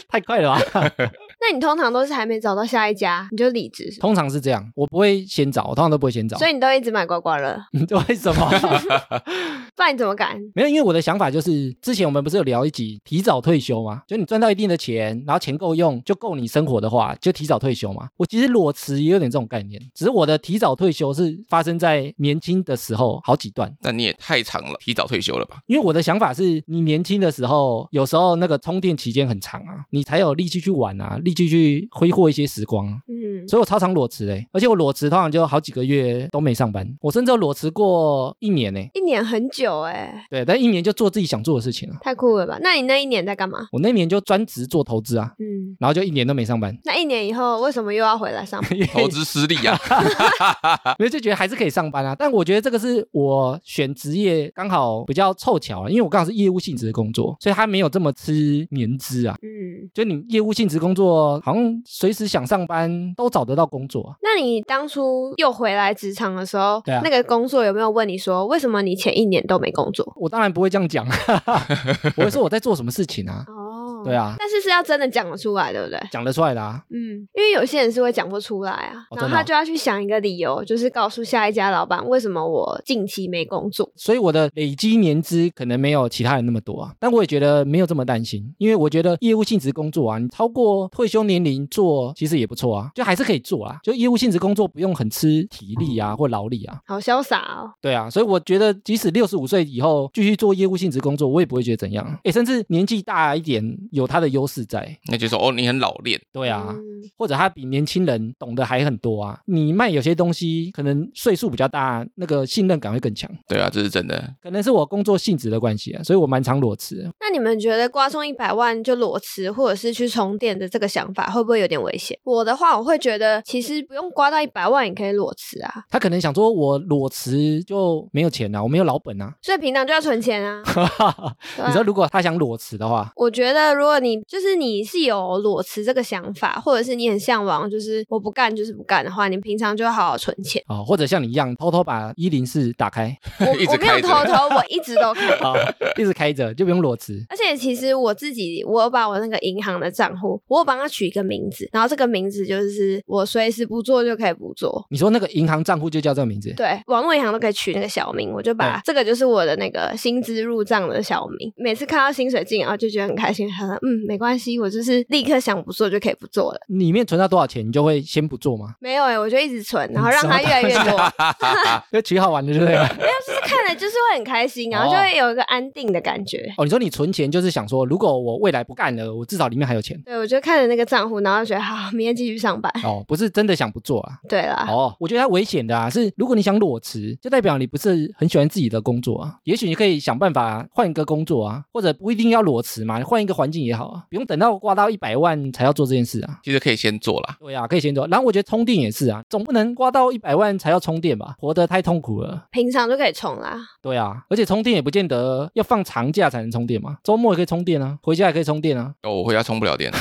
S1: 太快了吧？
S3: 那你通常都是还没找到下一家你就离职，
S1: 通常是这 样，我不会先找，我通常都不会先找。
S3: 所以你都一直买刮刮乐。
S1: 以为什么？
S3: 不然你怎么敢？
S1: 没有，因为我的想法就是，之前我们不是有聊一集提早退休吗？就你赚到一定的钱，然后钱够用，就够你生活的话，就提早退休嘛。我其实裸辞也有点这种概念，只是我的提早退休是发生在年轻的时候好几段。
S2: 但你也太长了，提早退休了吧？
S1: 因为我的想法是，你年轻的时候，有时候那个充电期间很长啊，你才有力气去玩啊，力气去挥霍一些时光啊。
S3: 嗯，
S1: 所以我超常裸辞嘞、而且我裸辞通常就好几个月都没上班，我甚至有裸辞过一年呢、
S3: 一年很久哎、
S1: 对，但一年就做自己想做的事情啊。
S3: 太酷了吧？那你那一年在干嘛？
S1: 我那年就专职做投资啊，
S3: 嗯，
S1: 然后就一年都没上班，
S3: 那一年以后为什么又要回来上班？
S2: 投资失利啊！
S1: 因为就觉得还是可以上班啊。但我觉得这个是我选职业刚好比较凑巧啊，因为我刚好是业务性质的工作，所以他没有这么吃年资啊。
S3: 嗯，
S1: 就你业务性质工作，好像随时想上班都找得到工作啊。
S3: 那你当初又回来职场的时候，
S1: 对啊
S3: 那个工作有没有问你说为什么你前一年都没工作？
S1: 我当然不会这样讲， 我会说我在做什么事情啊？
S3: 哦
S1: 对啊，
S3: 但是是要真的讲得出来，对不对？
S1: 讲得出来的啊。
S3: 嗯，因为有些人是会讲不出来啊，
S1: 哦真
S3: 然
S1: 的
S3: 后
S1: 哦
S3: 他就要去想一个理由，就是告诉下一家老板为什么我近期没工作。
S1: 所以我的累积年资可能没有其他人那么多啊，但我也觉得没有这么担心，因为我觉得业务性质工作啊，你超过退休年龄做其实也不错啊，就还是可以做啊，就业务性质工作不用很吃体力啊或劳力啊，
S3: 好潇洒哦！
S1: 对啊，所以我觉得即使六十五岁以后继续做业务性质工作，我也不会觉得怎样，啊诶，甚至年纪大一点有他的优势在，
S2: 那就说哦，你很老练，
S1: 对啊。
S3: 嗯
S1: 或者他比年轻人懂得还很多啊！你卖有些东西，可能岁数比较大，啊那个信任感会更强。
S2: 对啊，这是真的。
S1: 可能是我工作性质的关系啊，所以我蛮常裸辞的。
S3: 那你们觉得刮中一百万就裸辞，或者是去充电的这个想法，会不会有点危险？我的话，我会觉得其实不用刮到一百万也可以裸辞啊，
S1: 他可能想说，我裸辞就没有钱啊，我没有老本啊。
S3: 所以平常就要存 钱啊。对啊
S1: 你说如果他想裸辞的话，
S3: 我觉得，如果你就是你是有裸辞这个想法，或者是你很向往，就是我不干就是不干的话，你平常就要好好存 钱。
S1: 哦，或者像你一样偷偷把一零四打开
S3: 我
S2: 一直
S3: 我没有
S2: 开着
S3: 偷偷，我一直都开。
S1: 啊、一直开着就不用裸辞。
S3: 而且其实我自己，我有把我那个银行的账户，我有帮它取一个名字，然后这个名字就是我随时不做就可以不做。
S1: 你说那个银行账户就叫这个名字，
S3: 对，网络银行都可以取那个小名，我就
S2: 嗯
S3: 把这个就是我的那个薪资入账的小名。每次看到薪水进来，然后就觉得很开心，很嗯，没关系，我就是立刻想不做就可以不做了。
S1: 里面存到多少钱，你就会先不做吗？
S3: 没有哎、我就一直存，然后
S1: 你
S3: 让
S1: 什
S3: 它
S1: 么
S3: 越来越
S1: 东西
S3: 多，
S1: 就取好玩的，对不 对？
S3: 就是看了就是会很开心，然后就
S1: 哦
S3: 会有一个安定的感觉。
S1: 哦，你说你存钱就是想说，如果我未来不干了，我至少里面还有钱。
S3: 对，我就看着那个账户，然后觉得好，明天继续 上班。
S1: 哦，不是真的想不做啊。
S3: 对啦，
S1: 哦，我觉得它危险的啊，是如果你想裸辞，就代表你不是很喜欢自己的工作啊。也许你可以想办法换一个工作啊，或者不一定要裸辞嘛，你换一个环境也好啊，不用等到刮到一百万才要做这件事啊。
S2: 其实可以先做啦。
S1: 对啊，可以先做。然后我觉得充电也是啊，总不能刮到一百万才要充电吧，活得太痛苦了。
S3: 平常就可以充啦。
S1: 对啊，而且充电也不见得要放长假才能充电嘛，周末也可以充电啊，回家也可以充电啊。
S2: 哦，我回家充不了电，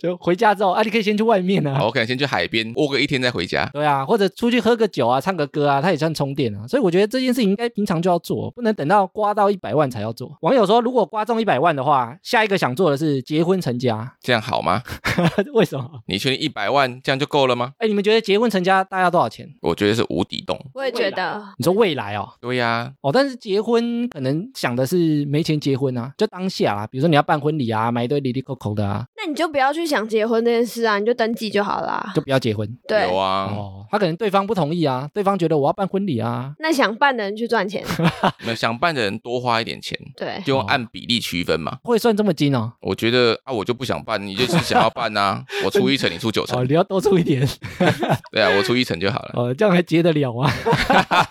S1: 就回家之后啊，你可以先去外面啊
S2: 好。我可能先去海边窝个一天再回家。
S1: 对啊，或者出去喝个酒啊，唱个歌啊，它也算充电啊。所以我觉得这件事情应该平常就要做，不能等到刮到一百万才要做。网友说，如果刮中一百万的话，下一个想做的是结婚成家。
S2: 这样好吗？
S1: 为什么？
S2: 你确定一百万这样就够了吗？
S1: 哎，你们觉得结婚成家大概要多少钱？
S2: 我觉得是无底洞。
S3: 我也觉得，
S1: 你说未来哦，
S2: 对啊呀、
S1: 哦，但是结婚可能想的是没钱结婚啊，就当下啊，比如说你要办婚礼啊，买一堆里里扣扣的啊，
S3: 那你就不要去想结婚这件事啊，你就登记就好啦。
S1: 就不要结婚。
S3: 对
S2: 有，啊，
S1: 哦，他可能对方不同意啊，对方觉得我要办婚礼啊，
S3: 那想办的人去 赚钱，
S2: 没有想办的人多花一点钱，
S3: 对，
S2: 就
S1: 哦
S2: 用按比例区分嘛。
S1: 会算这么精哦。
S2: 我觉得啊，我就不想办，你就是想要办啊，我出一成，你出九
S1: 哦，
S2: 成，
S1: 你要多出一点。
S2: 对啊，我出一成就好了。
S1: 呃，这样还结得了啊？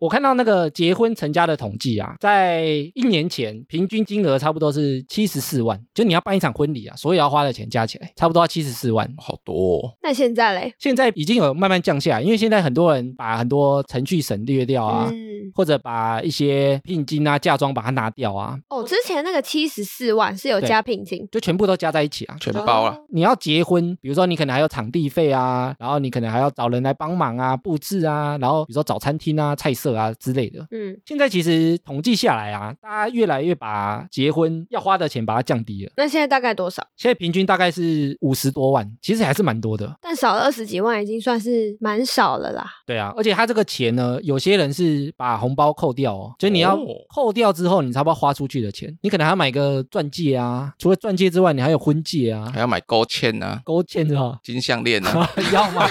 S1: 我看到那个结婚成家的统计啊，在一年前平均金额差不多是七十四万，就你要办一场婚礼啊，所有要花的钱加起来差不多要七十四万。
S2: 好多、哦，
S3: 那现在嘞，
S1: 现在已经有慢慢降下来，因为现在很多人把很多程序省略掉啊，
S3: 嗯，
S1: 或者把一些聘金啊、嫁妆把它拿掉啊，
S3: 哦，之前那个七十四万是有
S1: 对
S3: 加聘金，哦
S1: 就全部都加在一起啊。
S2: 全包了。
S1: 你要结婚，比如说你可能还有场地费啊，然后你可能还要找人来帮忙啊、布置啊，然后比如说找餐厅啊、菜色课啊之类的。
S3: 嗯，
S1: 现在其实统计下来啊，大家越来越把结婚要花的钱把它降低了，
S3: 那现在大概多少？
S1: 现在平均大概是五十多万，其实还是蛮多的。
S3: 但少了二十几万已经算是蛮少了啦。
S1: 对啊，而且他这个钱呢，有些人是把红包扣掉哦，就是你要
S2: 哦
S1: 扣掉之后，你才不多花出去的钱。你可能还要买个钻戒啊，除了钻戒之外，你还有婚戒啊
S2: 还，要买勾芡呢、
S1: 勾芡哦是 吧？
S2: 金项链呢、
S1: 要吗？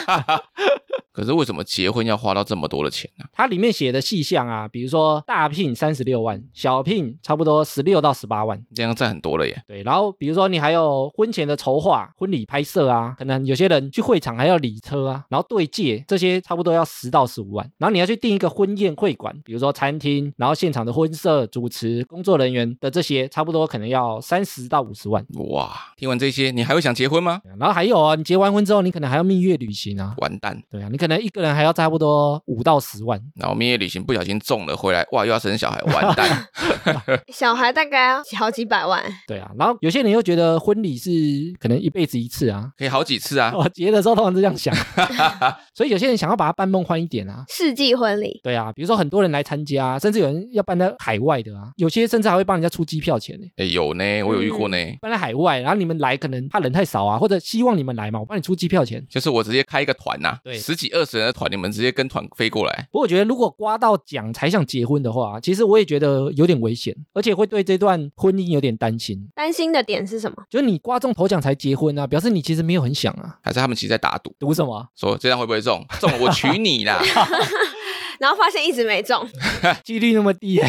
S2: 可是为什么结婚要花到这么多的钱呢、
S1: 它里面写的细项啊，比如说大聘三十六万，小聘差不多十六到十八万。
S2: 这样占很多了耶。
S1: 对，然后比如说你还有婚前的筹划、婚礼拍摄啊，可能有些人去会场还要礼车啊，然后对戒这些差不多要十到十五万，然后你要去订一个婚宴会馆，比如说餐厅，然后现场的婚摄、主持、工作人员的这些，差不多可能要三十到五十万。
S2: 哇，听完这些，你还会想结婚吗？
S1: 然后还有啊，你结完婚之后，你可能还要蜜月旅行啊，
S2: 完蛋！
S1: 对啊，你可能一个人还要差不多五到十万，
S2: 然后蜜月旅行不小心中了，回来哇又要生小孩，完蛋！
S3: 小孩大概要好几百万，
S1: 对啊，然后有些人又觉得婚礼是可能一辈子一次啊，
S2: 可以好几次啊。
S1: 我结的时候通常是这样想， 所以有些人想要把它办梦幻一点啊，
S3: 世纪婚礼。
S1: 对啊，比如说很多人来参加啊，甚至有人要办在海外的啊，有些甚至还会帮人家出机票钱呢、
S2: 哎、有呢，我有遇过呢。
S1: 办在海外，然后你们来可能怕人太少啊，或者希望你们来嘛，我帮你出机票钱。
S2: 就是我直接开一个团呐、
S1: 对
S2: 十几二十人的团，你们直接跟团飞过来，
S1: 不过我觉得，如果刮到奖才想结婚的话，啊其实我也觉得有点危险，而且会对这段婚姻有点担心。
S3: 担心的点是什么？
S1: 就是你刮中头奖才结婚啊，表示你其实没有很想啊。
S2: 还是他们其实在打赌，
S1: 赌什么？
S2: 说这样会不会中？中了我娶你啦！
S3: 然后发现一直没中，
S1: 啊 几率那么低、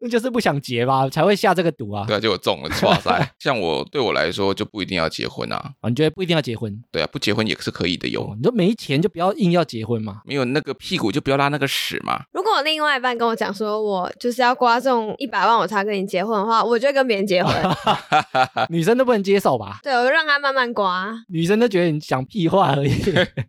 S1: 那就是不想结吧，才会下这个赌啊。
S2: 对啊，结果中了，哇塞！像我对我来说就不一定要结婚啊，
S1: 啊，你觉得不一定要结婚？哦
S2: 对啊，不结婚也是可以的哟。
S1: 你说没钱就不要硬要结婚嘛。
S2: 没有那个屁股就不要拉那个屎嘛，
S3: 如果我另外一半跟我讲说我就是要刮中一百万我才跟你结婚的话，我就会跟别 人结婚。
S1: 女生都不能接受吧？
S3: 对，我就让他慢慢刮。
S1: 女生都觉得你讲屁话而已。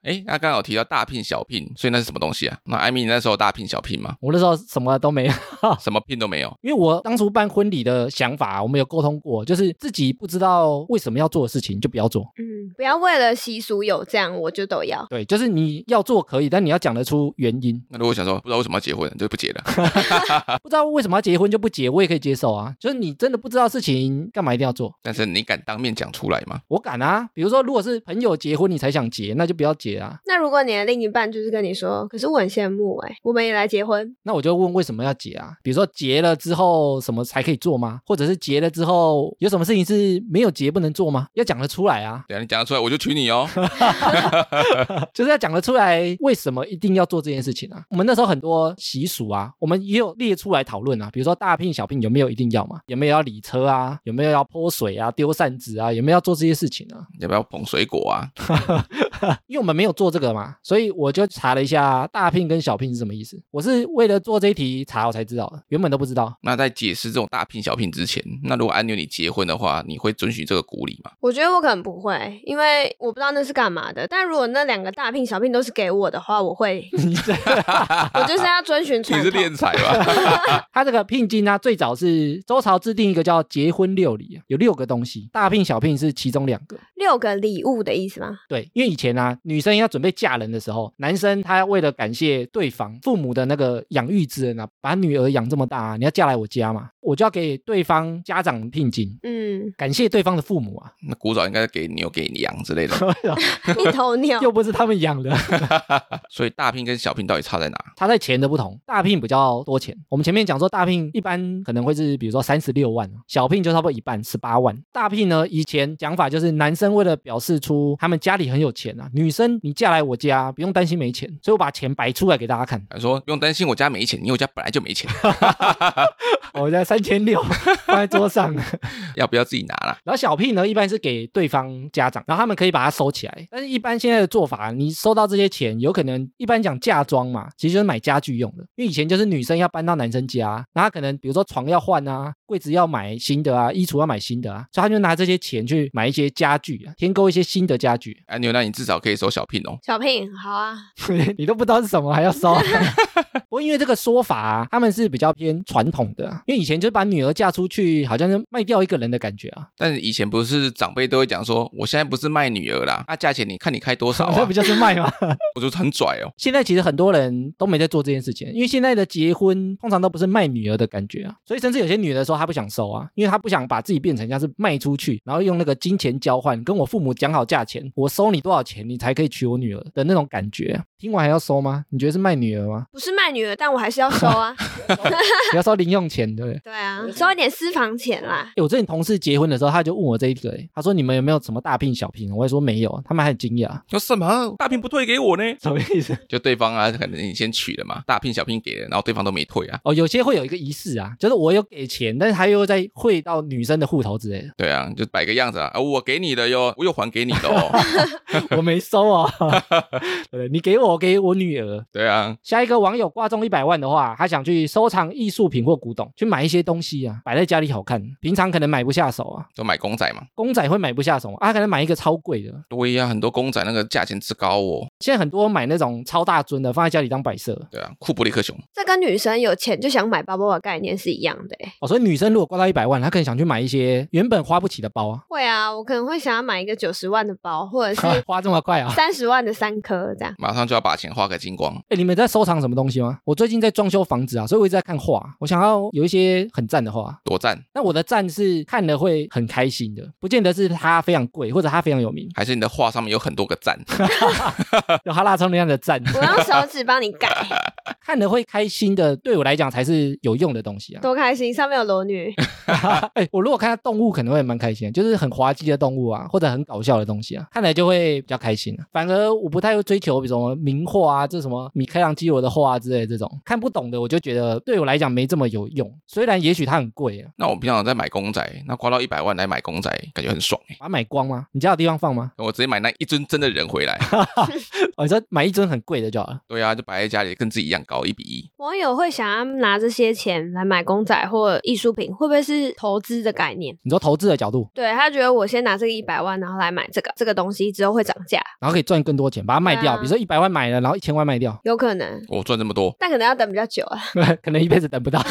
S2: 哎，那刚好提到大聘小聘，所以那是什么东西啊？那艾米，你那时候大聘小聘吗？
S1: 我那时候什么都没有，
S2: 什么聘都没有，
S1: 因为我当初办婚礼的想法，我们有沟通过，就是自己不知道为什么要做的事情就不要做。
S3: 嗯，不要为了习俗有这样，我就都要。
S1: 对，就是你要做可以，但你要讲得出原因。
S2: 那如果想说不知道为什么要结婚，就不结了。
S1: 不知道为什么要结婚就不结，我也可以接受啊。就是你真的不知道事情，干嘛一定要做？
S2: 但是你敢当面讲出来吗？
S1: 我敢啊。比如说，如果是朋友结婚你才想结，那就不要结啊。
S3: 那如果你的另一半就是跟你说，可是我很羡慕哎、我们也来结婚，
S1: 那我就问为什么要结啊？比如说结了之后什么才可以做吗？或者是结了之后有什么事情是没有结不能做吗？要讲得出来啊，
S2: 对啊，你讲得出来我就娶你哦。
S1: 就是要讲得出来为什么一定要做这件事情啊。我们那时候很多习俗啊，我们也有列出来讨论啊，比如说大聘小聘有没有一定要嘛？有没有要理车啊？有没有要泼水啊？丢扇子啊？有没有要做这些事情啊？
S2: 要不要捧水果啊？
S1: 因为我们没有做这个嘛，所以我就查了一下大聘跟小聘是什么意思。我是为了做这一题查我才知道的，原本都不知道。
S2: 那在解释这种大聘小聘之前，那如果安妞你结婚的话，你会遵循这个古礼吗？
S3: 我觉得我可能不会，因为我不知道那是干嘛的。但如果那两个大聘小聘都是给我的话，我 会，
S1: 你这
S3: 我就是要遵循
S2: 你
S3: 传
S2: 是
S3: 统。
S2: 练财吧？
S1: 他这个聘金呢、最早是周朝制定一个叫结婚六礼啊，有六个东西，大聘小聘是其中两个。
S3: 六个礼物的意思吗？
S1: 对，因为以前啊，女生要准备嫁人的时候，男生他为了感谢对方父母的那个养育之恩啊，把女儿养这么大、啊，你要嫁来我家嘛，我就要给对方家长聘金，
S3: 嗯，
S1: 感谢对方的父母啊，
S2: 那古早应该给牛给羊之类 的，
S3: 一 头牛。
S1: 又不是他们养的。
S2: 所以大聘跟小聘到底差在哪？，
S1: 它在钱的不同，大聘比较多钱。我们前面讲说，大聘一般可能会是比如说三十六万，啊小聘就差不多一半，十八万。大聘呢，以前讲法就是男生为了表示出他们家里很有钱啊，女生你嫁来我家不用担心没钱，所以我把钱摆出来给大家看
S2: 他说不用担心，我家没钱，因为我家本来就没 钱，
S1: 哦我在三千六放在桌上。
S2: 要不要自己拿啦？
S1: 然后小聘呢，一般是给对方家长，然后他们可以把它收起来。但是，一般现在的做法，啊你收到这些钱，有可能一般讲嫁妆嘛，其实就是买家具用的。因为以前就是女生要搬到男生家，那他可能比如说床要换啊，柜子要买新的啊，衣橱要买新的啊，所以他就拿这些钱去买一些家具啊，添购一些新的家具。
S2: 安妞，那啊你至少可以收小聘哦。
S3: 小聘，好啊，？
S1: 啊你都不知道是什么，还要收？不过因为这个说法、啊，他们是比较偏传传统的啊，因为以前就是把女儿嫁出去，好像是卖掉一个人的感觉啊，
S2: 但是以前不是长辈都会讲说，我现在不是卖女儿啦，那、啊价钱你看你开 多 少
S1: 这
S2: 啊
S1: 不？就是卖吗？
S2: 我就很拽哦。
S1: 现在其实很多人都没在做这件事情，因为现在的结婚通常都不是卖女儿的感觉啊，所以甚至有些女的说她不想收啊，因为她不想把自己变成像是卖出去，然后用那个金钱交换，跟我父母讲好价钱，我收你多少钱，你才可以娶我女儿的那种感觉啊。听完还要收吗？你觉得是卖女儿 吗哎
S3: 不是卖女儿，但我还是要收啊。
S1: 你要收零用钱，对不对？
S3: 对啊，收一点私房钱啦。
S1: 欸我之前同事结婚的时候，他就问我这一个、欸，他说你们有没有什么大聘小聘？我也说没有，他们还很惊讶，
S2: 有什么大聘不退给我呢？
S1: 什么意思？
S2: 就对方啊，可能你先娶了嘛，大聘小聘给了，然后对方都没退啊。
S1: 哦，有些会有一个仪式啊，就是我有给钱，但是他又在汇到女生的户头之类的，
S2: 对啊，就摆个样子啊，啊我给你的哟，我又还给你的 哦。
S1: 我没收哦， 对你给我给我女儿。
S2: 对啊，
S1: 下一个网友挂中一百万的话，他想去收藏艺术品或古董，去买一些东西啊，摆在家里好看，平常可能买不下手啊，
S2: 就买公仔嘛。
S1: 公仔会买不下手啊，他可能买一个超贵的。
S2: 对呀、很多公仔那个价钱之高哦。
S1: 现在很多买那种超大尊的，放在家里当摆设
S2: 对啊，库布里克熊，
S3: 这跟女生有钱就想买包包的概念是一样的、欸。
S1: 哦。所以女生如果挂到一百万，她可能想去买一些原本花不起的 包啊，
S3: 会啊，我可能会想要买一个九十万的包，或 者是
S1: 花这么快啊。
S3: 三十万的三颗这样。
S2: 马上就要把钱花个精光。
S1: 哎，你们在收藏什么东西吗？我最近在装修房子啊，所以我一直在看画，我想要有一些很赞的画。
S2: 多赞！
S1: 那我的赞是看了会很开心的，不见得是它非常贵或者它非常有名，
S2: 还是你的画上面有很多个赞，
S1: 有哈拉充那样的赞，
S3: 我用手指帮你改，
S1: 看了会开心的，对我来讲才是有用的东西啊。
S3: 多开心！上面有裸女，
S1: 哎，我如果看到动物，可能会蛮开心的，就是很滑稽的动物啊，或者很搞笑的东西啊，看了就会比较开心、啊。反而我不太会追求比如什么名画啊，这什么米开朗基罗的画啊之类的这种，看不懂的我就觉得对我来讲没这么有用。虽然也许它很贵啊，
S2: 那我平常有在买公仔，那花到一百万来买公仔，感觉很爽哎。
S1: 把它买光吗？你家有地方放 吗？
S2: 我直接买那一尊真的人回来，
S1: 哦，你说买一尊很贵的就好了。
S2: 对啊，就摆在家里跟自己一样高，一比一。
S3: 网友会想要拿这些钱来买公仔或艺术品，会不会是投资的概念？
S1: 你说投资的角度，
S3: 对他觉得我先拿这个一百万，然后来买这个这个东西之后会涨价，
S1: 然后可以赚更多钱，把它卖掉。
S3: 对啊
S1: 比如说一百万买了，然后一千万卖掉，
S3: 有可能，
S2: 我赚这么多，
S3: 但可能要等比较久啊。
S1: 可能一辈子等不到。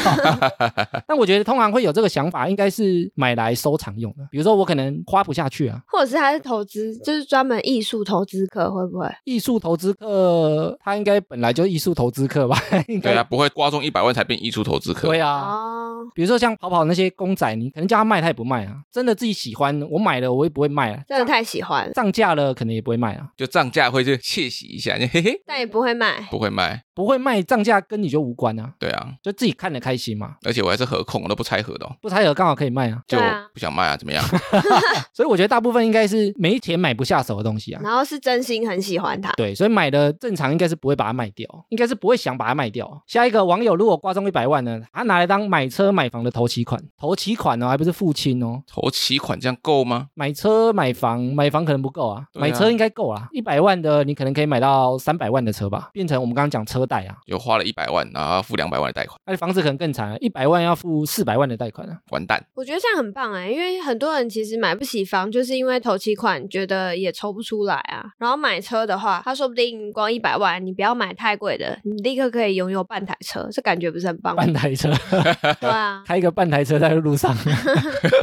S1: 但我觉得通常会有这个想法，应该是买来收藏用的。比如说我可能花不下去啊，
S3: 或者是他是投资，就是专门艺术投资客会不会？
S1: 艺术投资客他应该本来就是艺术投资客吧？ 应该
S2: 对啊，不会刮中一百万才变艺术投资客。
S1: 对啊。
S3: 哦，
S1: 比如说像跑跑那些公仔，你可能叫他卖，他也不卖啊。真的自己喜欢，我买了我也不会卖啊。
S3: 真的太喜欢了，
S1: 上架了可能也不会卖啊，
S2: 就涨价会就窃喜一下，就 嘿嘿，
S3: 但也不会买。
S2: 不会卖。
S1: 不会卖涨价跟你就无关啊，
S2: 对啊，
S1: 就自己看了开心嘛。
S2: 而且我还是合控，我都不拆盒的、哦，
S1: 不拆盒刚好可以卖啊，
S2: 就
S3: 对啊
S2: 不想卖啊，怎么样？
S1: 所以我觉得大部分应该是没钱买不下手的东西啊。
S3: 然后是真心很喜欢它，
S1: 对，所以买的正常应该是不会把它卖掉，应该是不会想把它卖掉。啊下一个网友如果刮中一百万呢，他拿来当买车买房的头期款，头期款哦，还不是付清哦。
S2: 投期款这样够吗？
S1: 买车买房，买房可能不够啊，
S2: 对啊
S1: 买车应该够啦，一百万的你可能可以买到三百万的车吧，变成我们刚刚讲车贷啊。
S2: 就花了一百万，然后要付两百万的贷款，
S1: 那房子可能更惨啊，一百万要付四百万的贷款啊。
S2: 完蛋！
S3: 我觉得这样很棒哎、因为很多人其实买不起房，就是因为头期款觉得也抽不出来啊。然后买车的话，他说不定光一百万，你不要买太贵的，你立刻可以拥有半台车，这感觉不是很棒吗？
S1: 半台车，
S3: 对啊，
S1: 开一个半台车在路 上。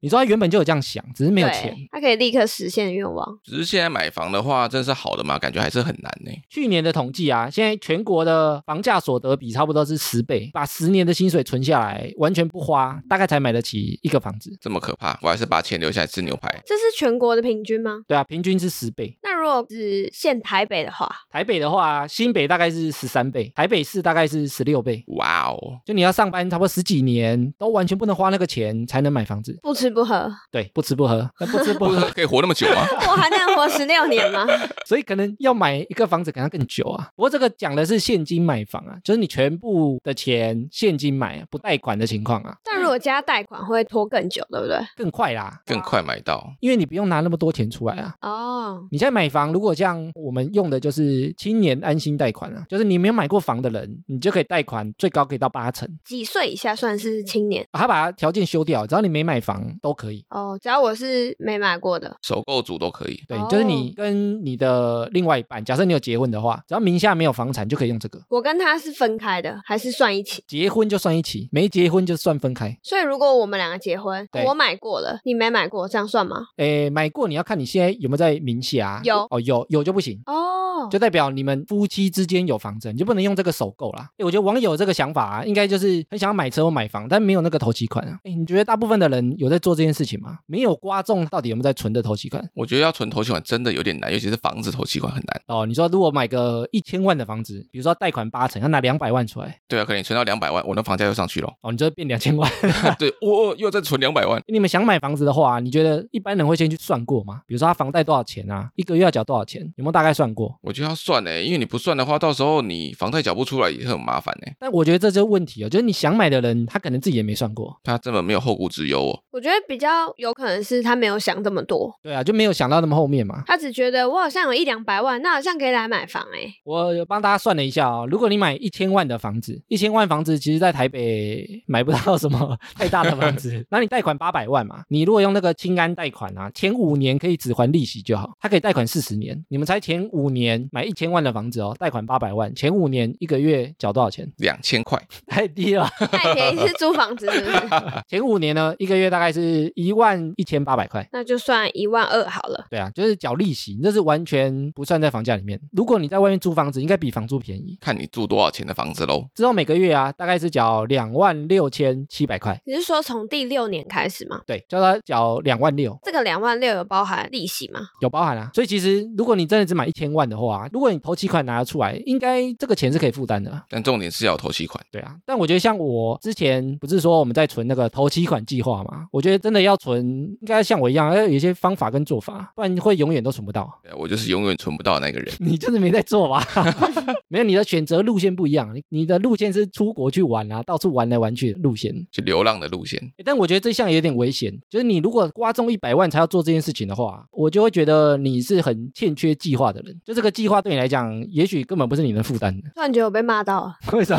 S1: 你说他原本就有这样想，只是没有
S3: 对
S1: 钱。，
S3: 他可以立刻实现愿望。
S2: 只是现在买房的话，真是好的嘛，感觉还是很难欸呢。
S1: 去年的统计啊，现在全国的房价所得比差不多是十倍，把十年的薪水存下来，完全不花，大概才买得起一个房子。
S2: 这么可怕，我还是把钱留下来吃牛排。
S3: 这是全国的平均吗？
S1: 对啊，平均是十倍。
S3: 那如果只限台北的话，
S1: 台北的话，新北大概是十三倍，台北市大概是十六倍。
S2: 哇哦，
S1: 就你要上班差不多十几年，都完全不能花那个钱才能买房子。
S3: 不吃不喝，
S1: 对，不吃不喝，那不吃不喝，
S2: 可以活那么久吗？
S3: 我还能活十六年 吗？
S1: 所以可能要买一个房子可能要更久啊。不过这个讲的是现金买房啊，就是你全部的钱现金买，不贷款的情况啊。
S3: 但如果加贷款会拖更久，对不对？
S1: 更快啦，
S2: 更快买到。
S1: 因为你不用拿那么多钱出来啊。
S3: 哦，
S1: 你现在买房，如果像我们用的就是青年安心贷款啊，就是你没有买过房的人，你就可以贷款，最高可以到八成。
S3: 几岁以下算是青年？
S1: 啊他把条件修掉，只要你没买房都可以。
S3: 哦，只要我是没买过的，
S2: 首购族都可以，
S1: 对
S3: 哦，
S1: 就是你跟你的另外一半，假设你有结婚的话，只要名下没有房产就可以用这个。
S3: 我跟他是分开的，还是算一起？
S1: 结婚就算一起，没结婚就算分开。
S3: 所以如果我们两个结婚，
S1: 对
S3: 我买过了，你没买过，这样算吗？
S1: 诶，买过你要看你现在有没有在名下、啊。
S3: 有
S1: 哦，有有就不行。
S3: 哦，
S1: 就代表你们夫妻之间有房证，你就不能用这个首购啦。哎，我觉得网友这个想法啊，应该就是很想要买车或买房，但没有那个头期款啊。哎，你觉得大部分的人有在做这件事情吗？没有刮中到底有没有在存的头期款？
S2: 我觉得要存头期款真的有点难，尤其是房子头期款很难。
S1: 哦，你说如果买个一千万的房子，比如说贷款八成，要拿两百万出来，。
S2: 对啊，可能你存到两百万，我那房价又上去了
S1: 哦，你就会变两千万。
S2: 对，我、我又再存两百万，
S1: 你们想买房子的话，你觉得一般人会先去算过吗？比如说他房贷多少钱啊，一个月要缴多少钱，有没有大概算过？
S2: 我觉得要算呢，因为你不算的话，到时候你房贷缴不出来也很麻烦呢。欸
S1: 但我觉得这就是问题哦，就是你想买的人，他可能自己也没算过，
S2: 他根本没有后顾之忧哦。
S3: 我觉得比较有可能是他没有想这么多，
S1: 对啊，就没有想到那么后面嘛。
S3: 他只觉得我好像有一两百万，那好像可以来买房哎、
S1: 我有帮大家算了一下哦，如果你买一千万的房子，一千万房子其实在台北买不到什么 太大的房子，那你贷款八百万嘛，你如果用那个清安贷款啊，前五年可以只还利息就好，它可以贷款四十年，你们才前五年买一千万的房子哦，贷款八百万，前五年一个月缴多少钱？
S2: 两千块，
S1: 太低了吧，
S3: 太便宜是租房子是不是？
S1: 前五年呢，一个月大概是一万一千八百块。
S3: 那就算一万二好了。
S1: 对啊，就是缴利息，这是完全不算在房价里面。如果你在外面租房子，应该比房租便宜。
S2: 看你住多少钱的房子喽。
S1: 之后每个月啊，大概是缴两万六千七百块，
S3: 你是说从第六年开始吗？
S1: 对，叫他缴两万六，
S3: 这个两万六有包含利息吗？
S1: 有包含啊。所以其实如果你真的只买一千万的话、如果你头期款拿得出来，应该这个钱是可以负担的啊。
S2: 但重点是要有头期款，
S1: 对啊，但我觉得像我之前不是说我们在存那个头期款计划嘛，我觉得真的要存，应该像我一样，要有一些方法跟做法，不然会永远都存不到。。
S2: 对啊我就是永远存不到的那个人
S1: 你就是没在做吧？ 没有，你的选择路线不一样，你你的路线是出国去玩啊，到处玩来玩去的路线。
S2: 就流浪的路线，
S1: 欸但我觉得这项有点危险，就是你如果刮中一百万才要做这件事情的话，我就会觉得你是很欠缺计划的人。就这个计划对你来讲，也许根本不是你能负担的。
S3: 突然觉得我被骂到了。
S1: 为 啥？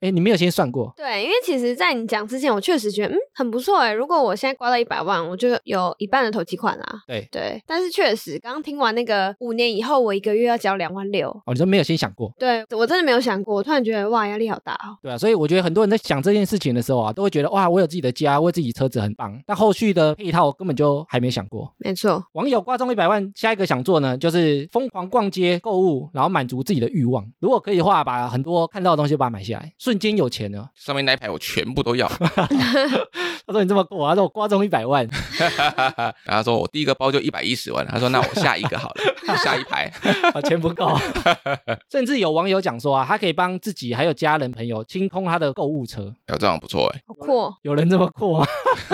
S1: 哎，你没有先算过？
S3: 对，因为其实，在你讲之前，我确实觉得嗯很不错哎。如果我现在刮到一百万，我就有一半的头期款啦。
S1: 对
S3: 对，但是确实，刚刚听完那个五年以后，我一个月要交两万六。
S1: 哦，你说没有先想过，
S3: 对我真的没有想过，我突然觉得哇，压力好大哦。
S1: 对啊，所以我觉得很多人在想这件事情的时候啊，都会觉得哇，我有自己的家，我有自己车子很棒，但后续的配套根本就还没想过。
S3: 没错，
S1: 网友刮中一百万，下一个想做呢，就是疯狂逛街购物，然后满足自己的欲望。如果可以的话，把很多看到的东西把它买下来，瞬间有钱了。
S2: 上面那一排我全部都要。
S1: 他说你这么过，啊他说我刮中一百万，
S2: 然后他说我第一个包就一百一十万，他说那 我下一个好了，下一排。
S1: 啊，钱不够。甚至有网友讲说啊，他可以帮自己还有家人朋友清空他的购物车。
S2: 有这样不错哎，
S3: 好酷哦。
S1: 有人这么过吗？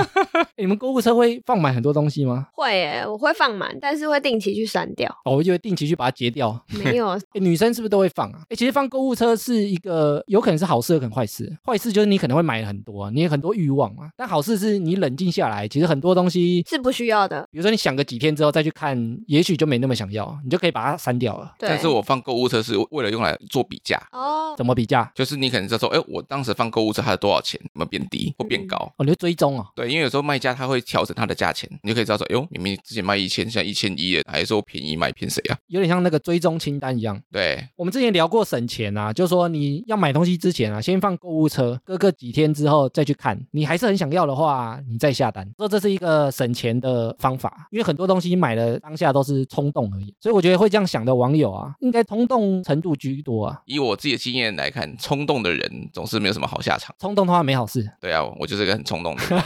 S1: 你们购物车会放满很多东西吗？
S3: 会哎，我会放满，但是会定期去删掉。
S1: 哦，我就会定期去把它截掉。
S3: 没有，
S1: 诶女生是不是都会放啊？诶，其实放购物车是一个有可能是好事，有可能坏事。坏事就是你可能会买很多，啊你有很多欲望嘛。但好事是你冷静下来，其实很多东西，
S3: 是不需要的。
S1: 比如说你想个几天之后再去看，也许就没那么想要，你就可以把它删掉了。
S3: 对，
S2: 但是我放购物车是为了用来做比价。
S3: 哦，
S1: 怎么比价？
S2: 就是你可能知道说，哎，我当时放购物车它是多少钱，有没有变低或变高？
S1: 哦，你就追踪哦。
S2: 对，因为有时候卖家他会调整他的价钱，你就可以知道说，哟，你们之前卖一千，现在一千一了，还说便宜卖，骗谁啊？
S1: 有点像那个追踪清单一样。
S2: 对，
S1: 我们之前聊过省钱啊，就是说你要买东西之前啊，先放购物车，隔个几天之后再去看，你还是很想要的话，啊你再下单。说这是一个省钱的方法，因为很多东西买了当下都是冲动而已，所以我觉得会这样想的网友啊，应该冲动程度居多啊。
S2: 以我自己的经验来看，冲动的人总是没有什么好下场。
S1: 冲动的话没好事，
S2: 对啊，我就是个很冲动的人。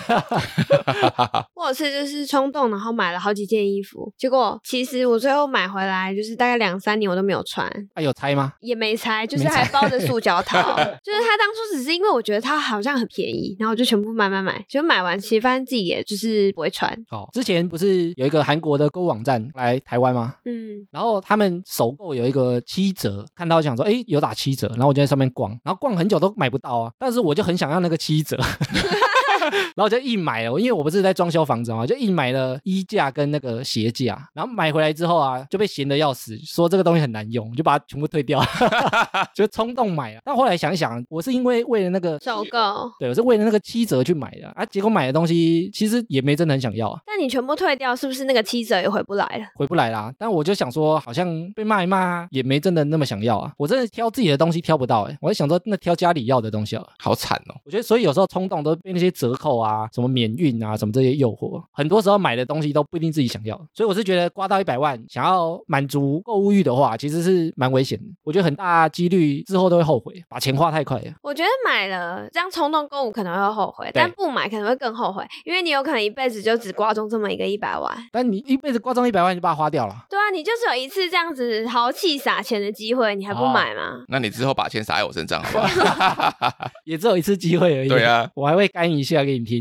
S3: 或者是就是冲动，然后买了好几件衣服，结果其实我最后买回来就是大概两三年我都没有穿，
S1: 啊有猜吗？
S3: 也没拆，就是
S1: 没拆
S3: 还包着塑胶套。 就是它当初只是因为我觉得它好像很便宜，然后我就全部买买买，就买完其实发现自己也就是不会穿。
S1: 好、哦之前不是有一个韩国的购物网站来台湾吗？
S3: 嗯，
S1: 然后他们首购有一个七折，看到想说，哎，有打七折，然后我就在上面逛，然后逛很久都买不到啊，但是我就很想要那个七折， 然后我就硬买了，因为我不是在装修房子嘛，就硬买了衣架跟那个鞋架，然后买回来之后啊，就被嫌得要死，说这个东西很难用，就把它全部退掉， 就冲动买了。啊但后来想一想，我是因为为了那个。
S3: 首购。
S1: 对，我是为了那个七折去买的啊，结果买的东西其实也没真的很想要啊，
S3: 但你全部退掉，是不是那个七折也回不来了？
S1: 回不来啦。但我就想说，好像被骂一骂也没真的那么想要啊，我真的挑自己的东西挑不到哎、我在想说，那挑家里要的东西好了。
S2: 好惨哦。
S1: 我觉得，所以有时候冲动都被那些折扣啊、什么免运啊、什么这些诱惑，很多时候买的东西都不一定自己想要。所以我是觉得，刮到一百万，想要满足购物欲的话，其实是蛮危险的。我觉得很大几率之后都会后悔，把钱花太快了。
S3: 我觉得买了这样冲动购物可能会后悔，但不买可能会更后悔，因为你有可能一辈子就只刮中这么一个一百万。
S1: 但你一辈子刮中一百万，就把它花掉了。
S3: 对啊，你就是有一次这样子豪气撒钱的机会，你还不
S1: 哦
S3: 买吗？
S2: 那你之后把钱撒在我身上好不好？
S1: 也只有一次机会而已。
S2: 对啊，
S1: 我还会干一下给你听。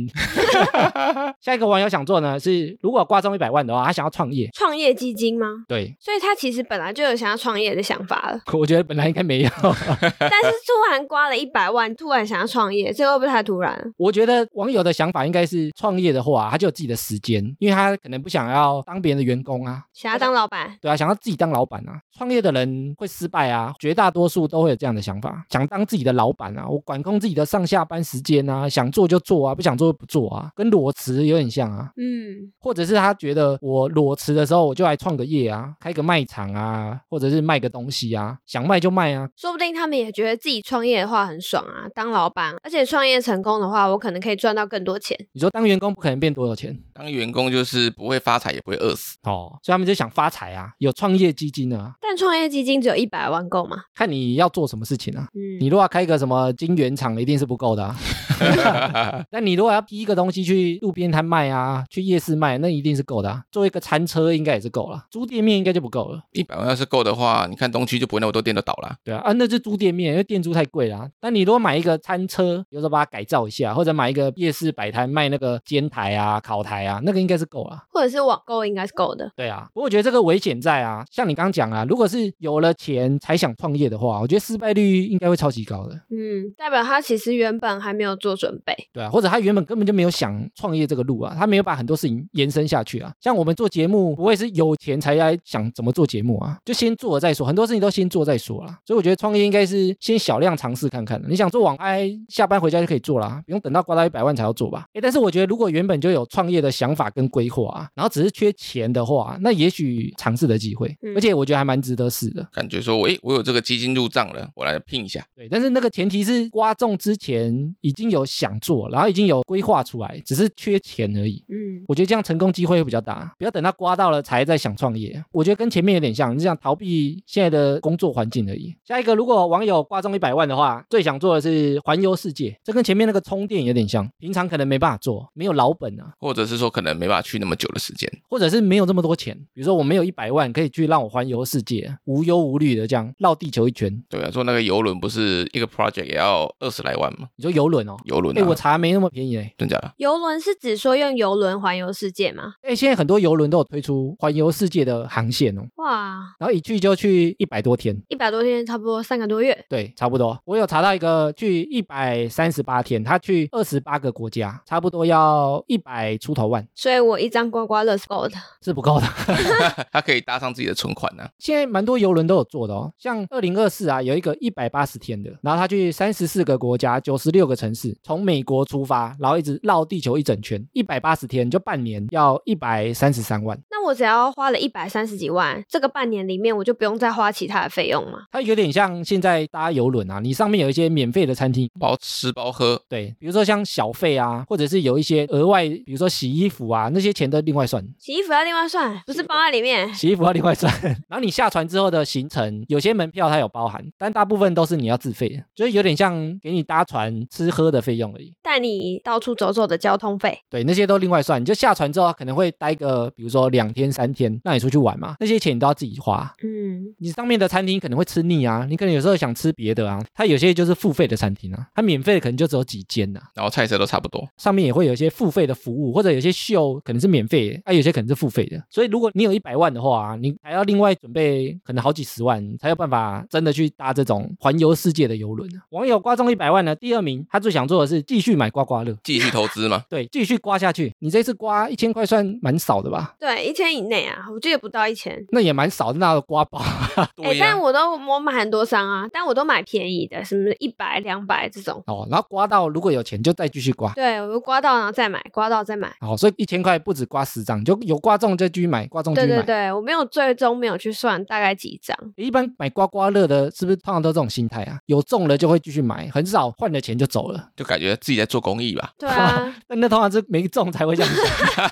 S1: 下一个网友想做呢是，如果刮中一百万的话，他想要创业。
S3: 创业基金吗？
S1: 对，
S3: 所以他其实本来就有想要创业的想法了，
S1: 我觉得本来应该没有。
S3: 但是突然刮了一百万，突然想要创业，这会不会太突然？
S1: 我觉得网友的想法应该是，创业的话，他就有自己的时间，因为他可能不想要当别人的员工啊，
S3: 想要当老板？
S1: 对啊，想要自己当老板啊。创业的人会失败啊，绝大多数都会有这样的想法，想当自己的老板啊，我管控自己的上下班时间啊，想做就做啊，不想做就不做啊，跟裸辞有点像啊。
S3: 嗯，
S1: 或者是他觉得我裸辞的时候，我就来创个业啊，开个卖场啊，或者是卖个东西啊，想卖就卖啊，
S3: 说不定他们也觉得自己创业的话很爽啊，当老板，而且创业成功的话，我可能可以赚到更多钱。
S1: 你说当员工不可能变多少钱
S2: 当员工就是不会发财也不会饿死，
S1: 哦，所以他们就想发财啊，有创业基金啊，
S3: 但创业基金只有一百万够吗？
S1: 看你要做什么事情啊。你
S3: 嗯，
S1: 如果要开个什么金源厂，一定是不够的、啊。那你如果要批一个东西去路边摊卖啊，去夜市卖，那一定是够的、啊。做一个餐车应该也是够了，租店面应该就不够了。
S2: 一百万要是够的话，你看东区就不会那么多店都倒了。
S1: 对啊，啊，那就租店面，因为店租太贵啦、但你如果买一个餐车，有时候把它改造一下，或者买一个夜市摆摊卖那个煎台啊、烤台啊，那个应该是够了。
S3: 或者是网购应该是够的。
S1: 对啊，不过我觉得这个危险在啊，像你刚刚讲啊，如果是有了钱才想创业的话，我觉得失败率应该会超级高的。
S3: 嗯，代表他其实原本还没有做准备。
S1: 对啊，或者他原本根本就没有想创业这个路啊，他没有把很多事情延伸下去啊。像我们做节目，不会是有钱才来想怎么做节目啊，就先做了再说，很多事情都先做再说啦。所以我觉得创业应该是先小量尝试看看的。你想做网拍，下班回家就可以做啦，不用等到刮到一百万才要做吧？诶，但是我觉得如果原本就有创业的想法跟规划啊，然后只是缺钱的话，那也许尝试的机会
S3: 嗯，
S1: 而且我觉得还蛮值得试的。
S2: 感觉说，我诶，我有这个基金入账了，我来拼一下。
S1: 对，但是那个前提是刮中之前已经有想做，然后已经有规划出来，只是缺钱而已。
S3: 嗯，
S1: 我觉得这样成功机会会比较大，不要等到刮到了才在想创业。我觉得跟前面有点像，你是想逃避现在的工作环境而已。下一个，如果网友刮中一百万的话，最想做的是环游世界，这跟前面那个充电有点像，平常可能没办法做，没有老本啊，
S2: 或者是说可能没办法去那么久的时间，
S1: 或者是没有这么多钱。比如说我没有一百万，可以去让我环游世界，无忧无虑的这样绕地球一圈。
S2: 对啊，坐那个游轮不是一个 project 也要二十来万吗？
S1: 你说游轮哦？
S2: 游轮
S1: 哎，我
S2: 啊，
S1: 查没那么便宜哎。
S2: 真假的？
S3: 游轮是指说用游轮环游世界吗？
S1: 哎，现在很多游轮都有推出环游世界的航线哦，
S3: 哇，
S1: 然后一去就去一百多天。
S3: 一百多天，差不多三个多月。
S1: 对，差不多。我有查到一个去一百三十八天，他去二十八个国家，差不多要一百出头万，
S3: 所以我一张刮刮乐是够的。
S1: 是不够的。
S2: 他可以搭上自己的存款啊呢、
S1: 现在蛮多游轮都有做的哦，像二零二四啊，有一个一百八十天的，然后他去三十四个国家，九十六个城市，从美国出发，然后一直绕地球一整圈，一百八十天就半年，要一百三十三万。
S3: 那我只要花了一百三十几万，这个半年里面我就不用再花其他的费用吗？
S1: 它有点像现在搭游轮啊，你上面有一些免费的餐厅，
S2: 包吃包喝，
S1: 对，比如说像小费啊，或者是有一些额外，比如说洗衣服啊，那些钱都另外算。
S3: 洗衣服要另外算，不是包在里面。
S1: 洗衣服要另外算。然后你下船之后的行程，有些门票它有包含，但大部分都是你要自费的，就是有点像给你搭船吃喝的费用而已。
S3: 带你到处走走的交通费，
S1: 对，那些都另外算。你就下船之后可能会待个，比如说两天三天，让你出去玩嘛，那些钱你都要自己花。
S3: 嗯，
S1: 你上面的餐厅可能会吃腻啊，你可能有时候想吃别的啊，它有些就是付费的餐厅啊，它免费的可能就只有几间呐、啊，
S2: 然后菜色都差不多。
S1: 上面也会有一些付费的服务，或者有些秀可能是免费的，啊，有些可能是付费的。所以如果你有一百万的话、啊，你还要另外准备可能好几十万，才有办法真的去搭这种环游世界的游轮啊。网友刮中一百万呢，第二名他最想做的是继续买刮刮乐。。
S2: 继续投资嘛
S1: 对，继续刮下去。你这次刮一千块算蛮少的吧？
S3: 对，一千以内啊，我记得不到一千。
S1: 那也蛮少的，那刮包。
S3: 哎、
S2: 对呀、
S3: 但我都我买很多张啊，但我都买便宜的，什么一百、两百这种。
S1: 哦，然后刮到如果有钱就再继续刮。哦
S3: 对，我就刮到然后再买，刮到再买。
S1: 好，所以一千块不止刮十张，就有刮中就继续买，刮中继
S3: 对
S1: 续买。
S3: 对对，我没有最终没有去算大概几张。
S1: 一般买刮刮乐的，是不是通常都这种心态啊？有中了就会继续买，很少换了钱就走了。
S2: 就感觉自己在做公益吧，
S3: 对啊，
S1: 但那通常是没中才会这样 想。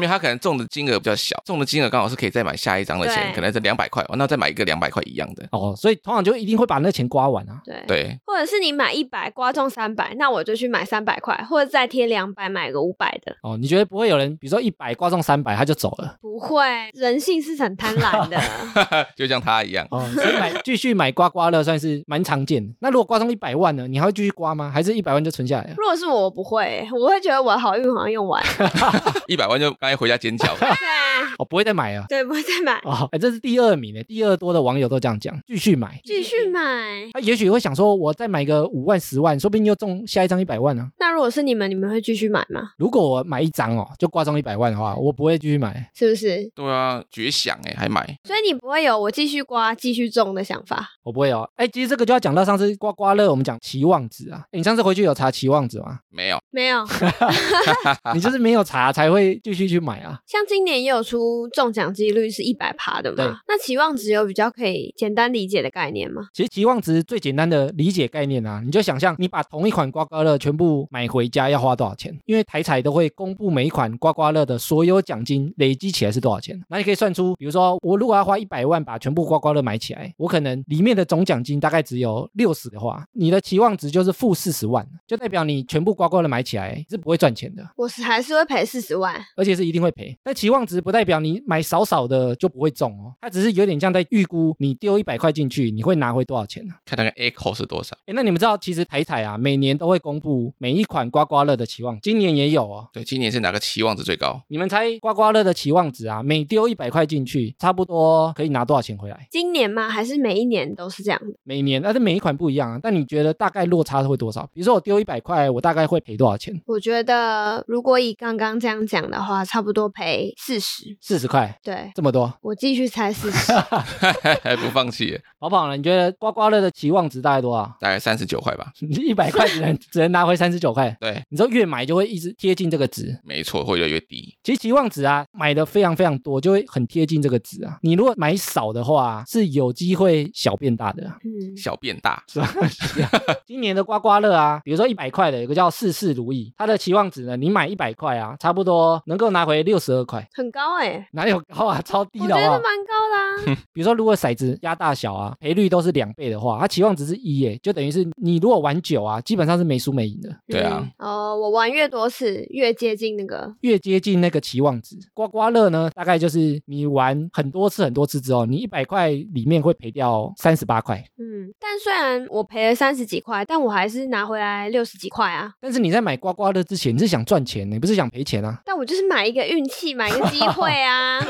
S2: 因为他可能中的金额比较小，中的金额刚好是可以再买下一张的钱，
S3: 对
S2: 可能是两百块，哦那再买一个两百块一样的。
S1: 哦，所以通常就一定会把那钱刮完啊。
S3: 对。
S2: 对，
S3: 或者是你买一百刮中三百，那我就去买三百块，或者再贴两百买个五百的，
S1: 哦，你觉得不会有人，比如说一百刮中三百他就走了？
S3: 不会，人性是很贪 婪的。
S2: 就像他 一样，
S1: 哦，所以买继续买刮刮乐算是蛮常见的。那如果刮中一百万呢？你还会继续刮吗？还是一百万就存下来了？
S3: 如果是我，我不会欸、我会觉得我的好运好像用完了，
S2: 一百万就刚才回家尖叫。
S3: 对，
S1: 哦，不会再买了。
S3: 对，不会再买，
S1: 哦，哎，这是第二名诶，第二多的网友都这样讲，继续买。
S3: 继续买。
S1: 他也许会想说，我再买个五万、十万，说不定又中下一张一百万呢、啊。
S3: 那如果是你们，你们会继续买吗？
S1: 如果我买一张哦，就刮中一百万的话，我不会继续买。
S3: 是不是？
S2: 对啊，绝响哎，还买，
S3: 所以你不会有我继续刮、继续中的想法。
S1: 我不会哦。哎，其实这个就要讲到上次刮刮乐，我们讲期望值啊。哎你上次回去有查期望值吗？
S2: 没有，
S3: 没有，
S1: 你就是没有查才会继续去买啊。
S3: 像今年也有出中奖几率是一百趴的
S1: 对
S3: 嘛？那期望值有比较可以简单理解的概念吗？
S1: 其实期望值最简单的理解概念啊，你就想象你把同一款刮刮乐全部买回家要花多少钱，因为台彩都会公布每一款刮刮乐的所有奖金累积起来是多少钱。那你可以算出，比如说我如果要花一百万把全部刮刮乐买起来，我可能里面的总奖金大概只有六十的话，你的期望值就是负四十万，就代表你全部刮刮乐买起来是不会赚钱的，
S3: 我是还是会赔四十万，
S1: 而且是一定会赔。但期望值不代表你买少少的就不会中哦，它只是有点像在预估你丢一百块进去你会拿回多少钱呢、
S2: 看那个 echo 是多少，
S1: 哎，那你们知道，其实台彩啊，每年都会公布每一款刮刮乐的期望，今年也有哦。
S2: 对，今年是哪个期望值最高？
S1: 你们猜刮刮乐的期望值啊，每丢一百块进去，差不多可以拿多少钱回来？
S3: 今年吗？还是每一年都是这样的？
S1: 每年，但是每一款不一样啊。但你觉得大概落差会多少？比如说我丢一百块，我大概会赔多少钱？
S3: 我觉得如果以刚刚这样讲的话，差不多赔四十。
S1: 四十块，
S3: 对，
S1: 这么多，
S3: 我继续猜四十。
S2: 还不放弃，
S1: 好不好呢？你觉得刮刮乐的期望值大概多少？
S2: 大概三十九块吧。
S1: 你一百块只能只能拿回三十九块，
S2: 对，
S1: 你知道越买就会一直贴近这个值，
S2: 没错，会越来越低。
S1: 其实期望值啊，买的非常非常多，就会很贴近这个值啊。你如果买少的话啊，是有机会小变大的啊、
S3: 嗯，
S2: 小变大，
S1: 是吧？是啊今年的刮刮乐啊，比如说一百块的，有个叫事事如意，它的期望值呢，你买一百块啊，差不多能够拿回六十二块，
S3: 很高哎、
S1: 哪有高啊？超低
S3: 我
S1: 的好
S3: 觉
S1: 不
S3: 得
S1: 好？
S3: 蛮高哦的、啊。
S1: 比如说，如果骰子压大小啊，赔率都是两倍的话，它期望值是一耶，就等于是你如果玩久啊，基本上是没输没赢的。
S2: 对啊
S3: 嗯哦，我玩越多次，越接近那个。
S1: 越接近那个期望值。刮刮乐呢，大概就是你玩很多次、很多次之后，你一百块里面会赔掉三十八块。
S3: 嗯，但虽然我赔了三十几块，但我还是拿回来六十几块啊。
S1: 但是你在买刮刮乐之前，你是想赚钱，你不是想赔钱 啊？
S3: 但我就是买一个运气，买一个机会啊。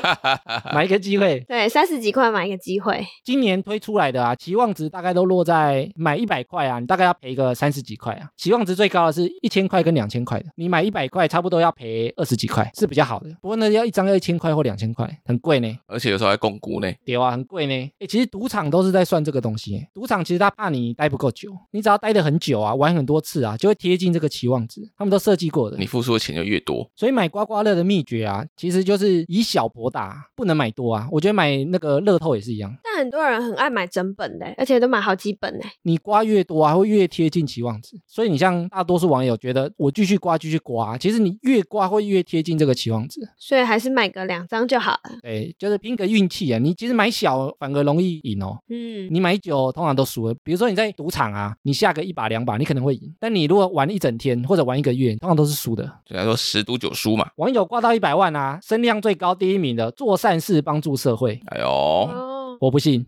S1: 买一个机会。
S3: 对，三十几块买一个机会。
S1: 今年推出来的啊，期望值大概都落在买一百块啊，你大概要赔个三十几块啊。期望值最高的是一千块跟两千块的，你买一百块差不多要赔二十几块，是比较好的。不过呢，要一张要一千块或两千块，很贵呢。
S2: 而且有时候还公估呢。
S1: 对啊，很贵呢。诶，其实赌场都是在算这个东西耶。赌场其实他怕你待不够久，你只要待得很久啊，玩很多次啊，就会贴近这个期望值，他们都设计过的
S2: 你。付出的钱就越多，
S1: 所以买刮刮乐的秘诀啊，其实就是以小博大，不能买多啊。我觉得买那个乐透也是一样，
S3: 但很多人很爱买整本的、而且都买好几本呢、
S1: 你刮越多啊，会越贴近期望值。所以你像大多数网友觉得我继续刮继续刮，啊其实你越刮会越贴近这个期望值。
S3: 所以还是买个两张就好了。
S1: 对，就是拼个运气啊。你其实买小反而容易赢哦。
S3: 嗯，
S1: 你买酒通常都输了。比如说你在赌场啊，你下个一把两把，你可能会赢，但你如果玩一整天或者玩一个月，通常都是输的。
S2: 人家啊说十赌九输嘛。
S1: 网友挂到一百万啊，声量最高第一名的做善事帮助社会，
S2: 哎呦，
S3: 哦，
S1: 我不信。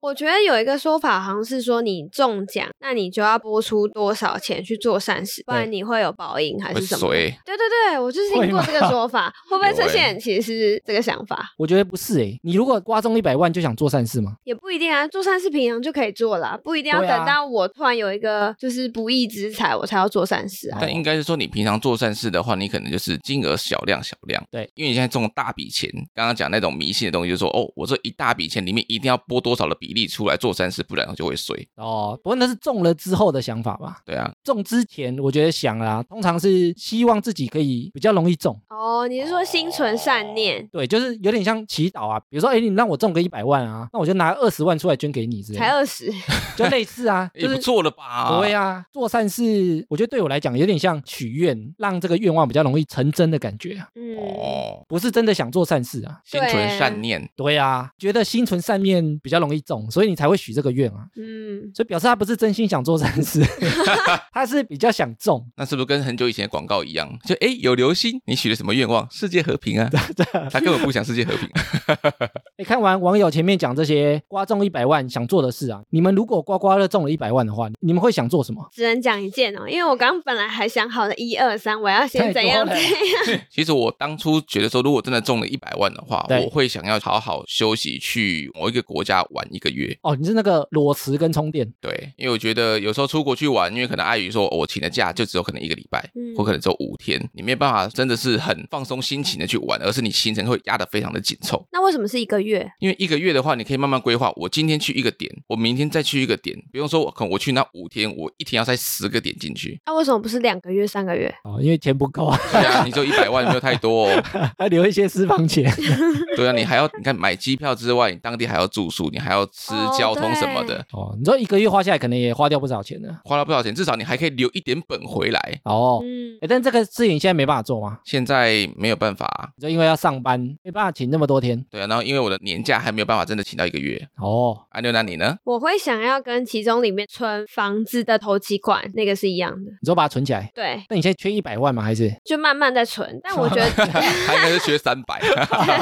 S3: 我觉得有一个说法，好像是说你中奖，那你就要拨出多少钱去做善事，不然你会有报应还
S2: 会
S3: 是什么的？
S2: 衰。
S3: 对对对，我就是听过这个说法，会不会
S2: 有
S3: 出
S2: 欸
S3: 现其实是这个想法？
S1: 我觉得不是诶、你如果刮中一百万就想做善事吗？
S3: 也不一定啊，做善事平常就可以做啦，不一定要
S1: 对啊
S3: 等到我突然有一个就是不义之财，我才要做善事啊。
S2: 但应该是说，你平常做善事的话，你可能就是金额小量小量。
S1: 对，
S2: 因为你现在中大笔钱，刚刚讲那种迷信的东西，就是说哦，我这一大笔钱里面一定要拨多少的比例出来做善事，不然我就会衰。
S1: 哦，不过那是中了之后的想法吧。
S2: 对啊，
S1: 中之前，我觉得想啦、通常是希望自己可以比较容易中。
S3: 哦，你是说心存善念
S1: 对，就是有点像祈祷啊，比如说，哎，你让我中个一百万啊，那我就拿二十万出来捐给你之类
S3: 才
S1: 的，
S3: 二十？
S1: 就类似啊，
S2: 也
S1: 就
S2: 不
S1: 是
S2: 错了吧？
S1: 对啊，做善事，我觉得对我来讲有点像许愿，让这个愿望比较容易成真的感觉啊，
S3: 嗯，
S2: 哦，
S1: 不是真的想做善事啊。
S2: 心
S3: 对
S2: 存善念，
S1: 对啊，觉得心存善念比较容易中，所以你才会许这个愿啊。
S3: 嗯，
S1: 所以表示他不是真心想做善 事，他是比较想中。
S2: 那是不是跟很久以前的广告一样？就哎，有流星，你许了什么愿望？世界和平啊？他根本不想世界和平、 啊。
S1: 你看完网友前面讲这些刮中一百万想做的事啊，你们如果刮刮乐中了一百万的话，你们会想做什么？
S3: 只能讲一件哦，因为我刚本来还想好了一二三，我要先
S1: 太
S3: 怎
S1: 多
S3: 样
S1: 了
S3: 怎样，
S2: 其实我当初觉得说，如果真的中了一百万的话，
S1: 对
S2: 我会想要好好休息，去某一个国家玩一个月。
S1: 哦，你是那个裸辞跟充电，
S2: 对，因为我觉得有时候出国去玩，因为可能碍于说、哦我请的假就只有可能一个礼拜，
S3: 嗯
S2: 或可能只有五天，你没有办法真的是很放松心情的去玩，而是你行程会压得非常的紧凑。
S3: 那为什么是一个月？
S2: 因为一个月的话，你可以慢慢规划。我今天去一个点，我明天再去一个点，不用说我可能我去那五天，我一天要塞十个点进去。
S3: 那为什么不是两个月、三个月？
S1: 哦，因为钱不够啊，
S2: 对啊，你就一百万没有太多哦。
S1: 还留一些私房钱。
S2: 对啊，你还要你看买机票之外，你当地还要住宿，你还要吃
S3: 哦
S2: 交通什么的，
S1: 哦，你说一个月花下来，可能也花掉不少钱呢。
S2: 花了不少钱，至少你还可以留一点本回来。
S1: 哦，
S3: 嗯，
S1: 哎，但这个事情现在没办法做吗？
S2: 现在没有办法、啊，
S1: 你说因为要上班，没办法请那么多天。
S2: 对啊，然后因为我的年假还没有办法真的请到一个月。
S1: 哦，
S2: 安六，那你呢？
S3: 我会想要跟其中里面存房子的头期款那个是一样的，
S1: 你说把它存起来，
S3: 对，
S1: 那你现在缺一百万吗？还是
S3: 就慢慢在存。但我 觉得，
S2: 他应该是缺三百，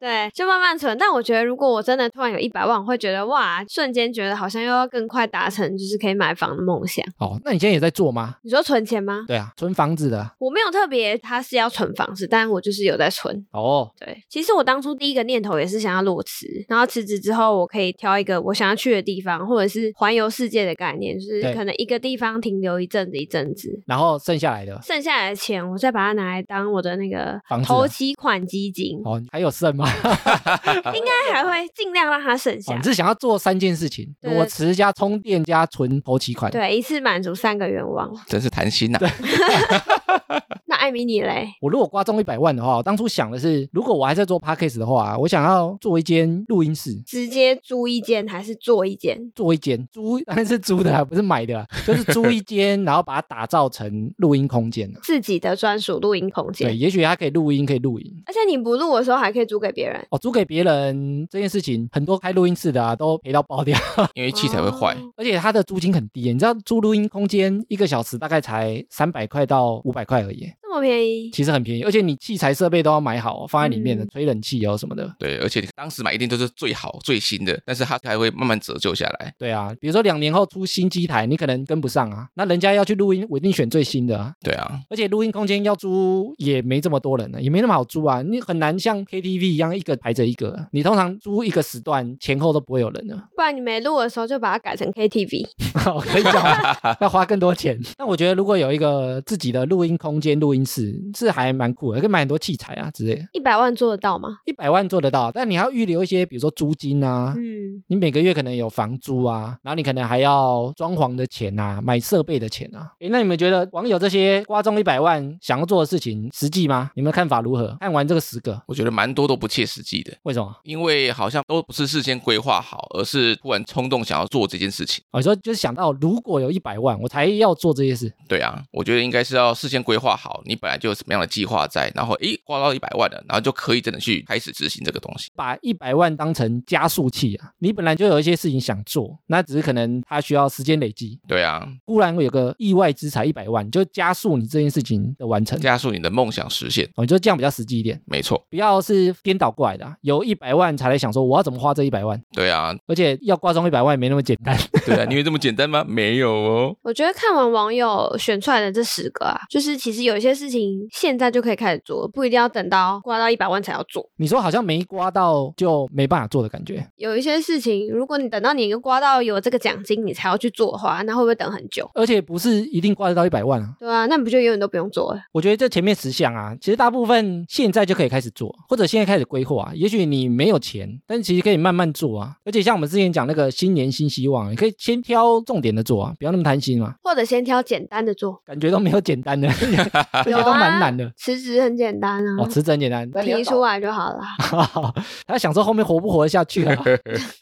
S3: 对，就慢慢存。但我觉得，如果我真的突然有一百万，我会觉得哇，瞬间觉得好像又要更快达成，就是可以买房的梦想。
S1: 哦，那你现在也在做吗？
S3: 你说存钱吗？
S1: 对啊，存房子的啊。
S3: 我没有特别，他是要存房子，但我就是有在存。
S1: 哦，
S3: 对，其实我当初第一个念头也是想要裸辞，然后辞职之后，我可以挑一个我想要去的地方，或者是环游世界的概念，就是
S1: 对
S3: 可能一个地方停留一阵子一阵子，
S1: 然后剩下来的，
S3: 剩下来的钱我再把它拿来当我的那个
S1: 房子啊
S3: 投期款基金，
S1: 哦，还有剩吗？
S3: 应该还会尽量让它省
S1: 哦，
S3: 下
S1: 你。是想要做三件事情：
S3: 对
S1: 裸辞加充电加存头期款。
S3: 对，一次满足三个愿望。
S2: 真是贪心呐、
S3: 那艾米你嘞？
S1: 我如果刮中一百万的话，我当初想的是，如果我还在做 podcast 的话，我想要做一间录音室，
S3: 直接租一间还是做一间？
S1: 做一间租，但是租的啊，不是买的啊，就是租一间，然后把它打造成录音空间啊
S3: 自己的专属录音空
S1: 对，
S3: 间，
S1: 也许它可以录音，可以录影。
S3: 而且你不录的时候还可以租给别人。
S1: 哦，租给别人这件事情，很多开录音室的啊，都赔到爆掉，
S2: 因为器材会坏。
S3: 哦
S1: 而且它的租金很低耶，你知道租录音空间一个小时大概才三百块到五百块而已，
S3: 这么便宜，
S1: 其实很便宜，而且你器材设备都要买好，放在里面的，
S3: 嗯
S1: 吹冷气哦什么的。
S2: 对，而且你当时买一定都是最好最新的，但是它还会慢慢折旧下来。
S1: 对啊，比如说两年后出新机台，你可能跟不上啊，那人家要去录音，我一定选最新的啊。
S2: 对啊，
S1: 而且录音空间要租也没这么多人了，也没那么好租啊，你很难像 KTV 一样一个排着一个，你通常租一个时段前后都不会有人了，
S3: 不然你没录的时候就把它改成 KTV。
S1: 我可以讲吗要花更多钱。那我觉得如果有一个自己的录音空间、录音室是还蛮酷的，可以买很多器材啊之类的，
S3: 一百万做得到吗？
S1: 一百万做得到，但你要预留一些，比如说租金啊。
S3: 嗯，
S1: 你每个月可能有房租啊，然后你可能还要装潢的钱啊，买设备的钱啊。诶，那你们觉得网友这些刮中一百万想要做的事情实际吗？你们的看法如何？看完这个十个，
S2: 我觉得蛮多都不切实际的，
S1: 为什么？
S2: 因为好像都不是事先规划好，而是突然冲动想要做这件事情。
S1: 我、哦你说就是想到如果有一百万，我才要做这些事。
S2: 对啊，我觉得应该是要事先规划好，你本来就有什么样的计划在，然后诶花到一百万了，然后就可以真的去开始执行这个东西。
S1: 把一百万当成加速器啊，你本来就有一些事情想做，那只是可能它需要时间累积。
S2: 对啊，
S1: 忽然有个意外之财一百万，就加速你这件事情的完成。
S2: 加速你的梦想实现，
S1: 我觉得这样比较实际一点，
S2: 没错。
S1: 不要是颠倒过来的啊、有一百万才来想说我要怎么花这一百万，
S2: 对啊，
S1: 而且要挂钟一百万也没那么简单。
S2: 对啊，你以为这么简单吗？没有哦。
S3: 我觉得看完网友选出来的这十个啊，就是其实有一些事情现在就可以开始做，不一定要等到刮到一百万才要做。
S1: 你说好像没刮到就没办法做的感觉，
S3: 有一些事情，如果你等到你刮到有这个奖金你才要去做的话，那会不会等很久？
S1: 而且不是一定刮得到一百万啊。
S3: 对啊，那你不就永远都不用做了？
S1: 我觉得这前面十项啊，其实大部分现在就可以开始做，或者现在开始规划啊。也许你没有钱，但其实可以慢慢做啊。而且像我们之前讲那个新年新希望，你可以先挑重点的做啊，不要那么贪心嘛。
S3: 或者先挑简单的做，
S1: 感觉都没有简单的， 这
S3: 有
S1: 些
S3: 啊
S1: 都蛮难的。
S3: 辞职很简单啊
S1: 哦，，辞职很简单，
S3: 提出来就好了。
S1: 他想说后面活不活得下去啊？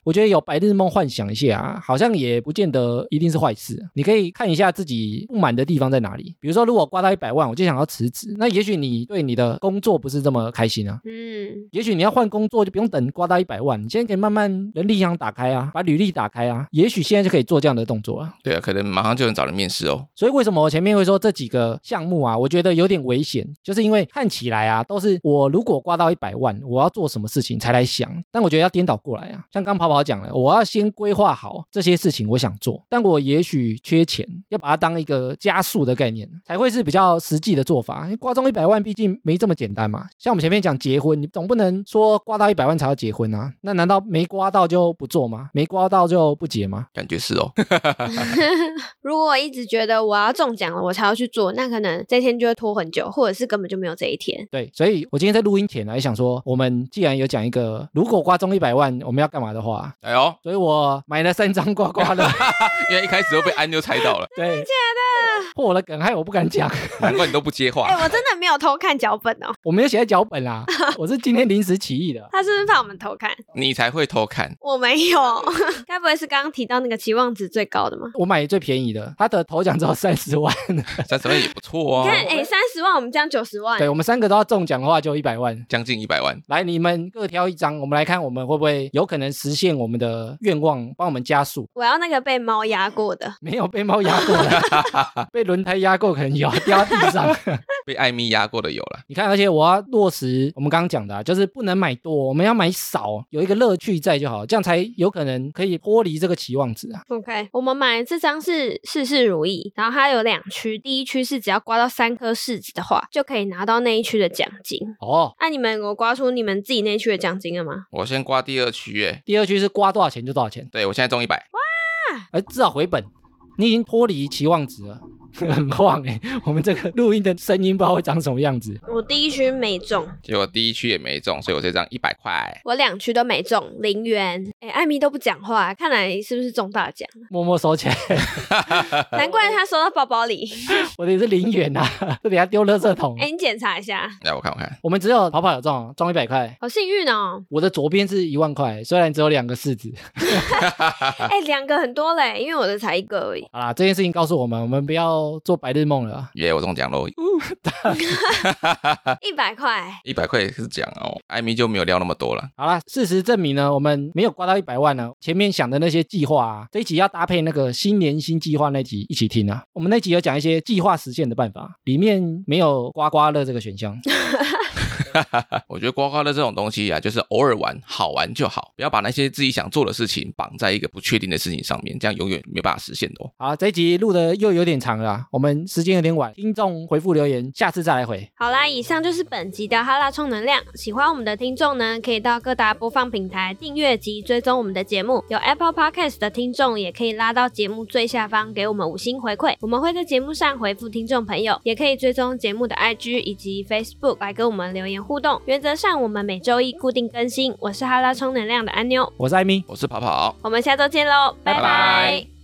S1: 我觉得有白日梦幻想一下啊，好像也不见得一定是坏事。你可以看一下自己不满的地方在哪里。比如说，如果刮到一百万，我就想要辞职，那也许你对你的工作不是这么开心啊。
S3: 嗯，
S1: 也许你要换工作，就不用等刮到一百万，你现在可以慢慢人力箱打开啊，把履历打开啊，也许现在就可以做这样的动作啊。
S2: 对啊，可能马上就能找人面试哦。
S1: 所以为什么我前面会说这几个项目啊，我觉得有点危险，就是因为看起来啊，都是我如果刮到一百万，我要做什么事情才来想，但我觉得要颠倒过来啊。像刚跑跑讲了，我要先规划好这些事情我想做，但我也许缺钱，要把它当一个加速的概念，才会是比较实际的做法。因为刮中一百万毕竟没这么简单嘛。像我们前面讲结婚，你总不能说刮到一百万才要结婚啊，那难道没刮到就不做吗？没刮到就不结吗？
S2: 感觉是哦，
S3: 如果我一直觉得我要中奖了，我才要去做，那可能这一天就会拖很久，或者是根本就没有这一天。
S1: 对，所以我今天在录音前呢，也想说，我们既然有讲一个，如果刮中一百万，我们要干嘛的话，
S2: 哎呦，
S1: 所以我买了三张刮 刮乐，
S2: 因为一开始就被安妞猜到了，
S1: 对，真的 破了梗，害我不敢讲，
S2: 难怪你都不接
S3: 哎、
S2: 话。
S3: 我真的没有偷看脚本哦，
S1: 我没有写在脚本 啦，我是今天临时起意的。
S3: 他是不是怕我们偷看？
S2: 你才会偷看，
S3: 我没有， 该不会是刚刚提到那个期望值最高的吗？
S1: 我买最便宜的，他的头奖只有三十 万。
S2: 三十万也不错
S3: 你看，
S2: 哦，
S3: 哎、三十万，我们这样九十万，
S1: 对我们三个都要中奖的话，就一百万。
S2: 将近一百万。
S1: 来，你们各挑一张，我们来看我们会不会有可能实现我们的愿望，帮我们加速。
S3: 我要那个被猫压过的，
S1: 没有被猫压过的， 被轮胎压过可能有，掉到地上。
S2: 被艾米压过的有了，
S1: 你看，而且我要落实我们刚刚讲的、啊，就是不能买多，我们要买少，有一个乐趣在就好，这样才有可能可以脱离这个期望值啊。
S3: OK，我们买的这张是事事如意，然后它有两区，第一区是只要刮到三颗柿子的话，就可以拿到那一区的奖金。
S1: 哦，
S3: 那、你们有刮出你们自己那一区的奖金了吗？
S2: 我先刮第二区耶。
S1: 第二区是刮多少钱就多少钱，
S2: 对我现在中一百，
S1: 而至少回本，你已经脱离期望值了。很晃哎、我们这个录音的声音不知道会长什么样子。
S3: 我第一区没中，
S2: 结果第一区也没中，所以我这张一百块。
S3: 我两区都没中，零元。哎、艾米都不讲话，看来是不是中大奖？
S1: 默默收起来，
S3: 难怪她收到包包里。
S1: 我的也是零元啊，这等下丢垃圾桶
S3: 哎、。你检查一下，
S2: 来我看我看，
S1: 我们只有跑跑有中，中一百块。
S3: 好幸运哦！
S1: 我的左边是一万块，虽然只有两个柿子。
S3: 哎、两个很多嘞，因为我的才一个而已。
S1: 好啦，这件事情告诉我们，我们不要做白日梦了啊。
S2: 耶、我中奖喽！
S3: 一百块，
S2: 一百块也是奖哦，艾米就没有料那么多了。
S1: 好啦，事实证明呢，我们没有刮到一百万呢。前面想的那些计划啊，这一集要搭配那个新年新计划那集一起听啊。我们那集有讲一些计划实现的办法，里面没有刮刮乐这个选项。
S2: 我觉得刮刮乐这种东西啊，就是偶尔玩，好玩就好，不要把那些自己想做的事情绑在一个不确定的事情上面，这样永远没办法实现的哦。
S1: 好，这一集录的又有点长了啊，我们时间有点晚，听众回复留言，下次再来回。
S3: 好啦，以上就是本集的哈拉充能量。喜欢我们的听众呢，可以到各大播放平台订阅及追踪我们的节目。有 Apple Podcast 的听众也可以拉到节目最下方给我们五星回馈，我们会在节目上回复听众朋友。也可以追踪节目的 IG 以及 Facebook 来跟我们留言互动。原则上，我们每周一固定更新。我是哈拉充能量的安妞，
S1: 我是艾米，
S2: 我是跑跑，
S3: 我们下周见喽，拜
S2: 拜
S3: 拜
S2: 拜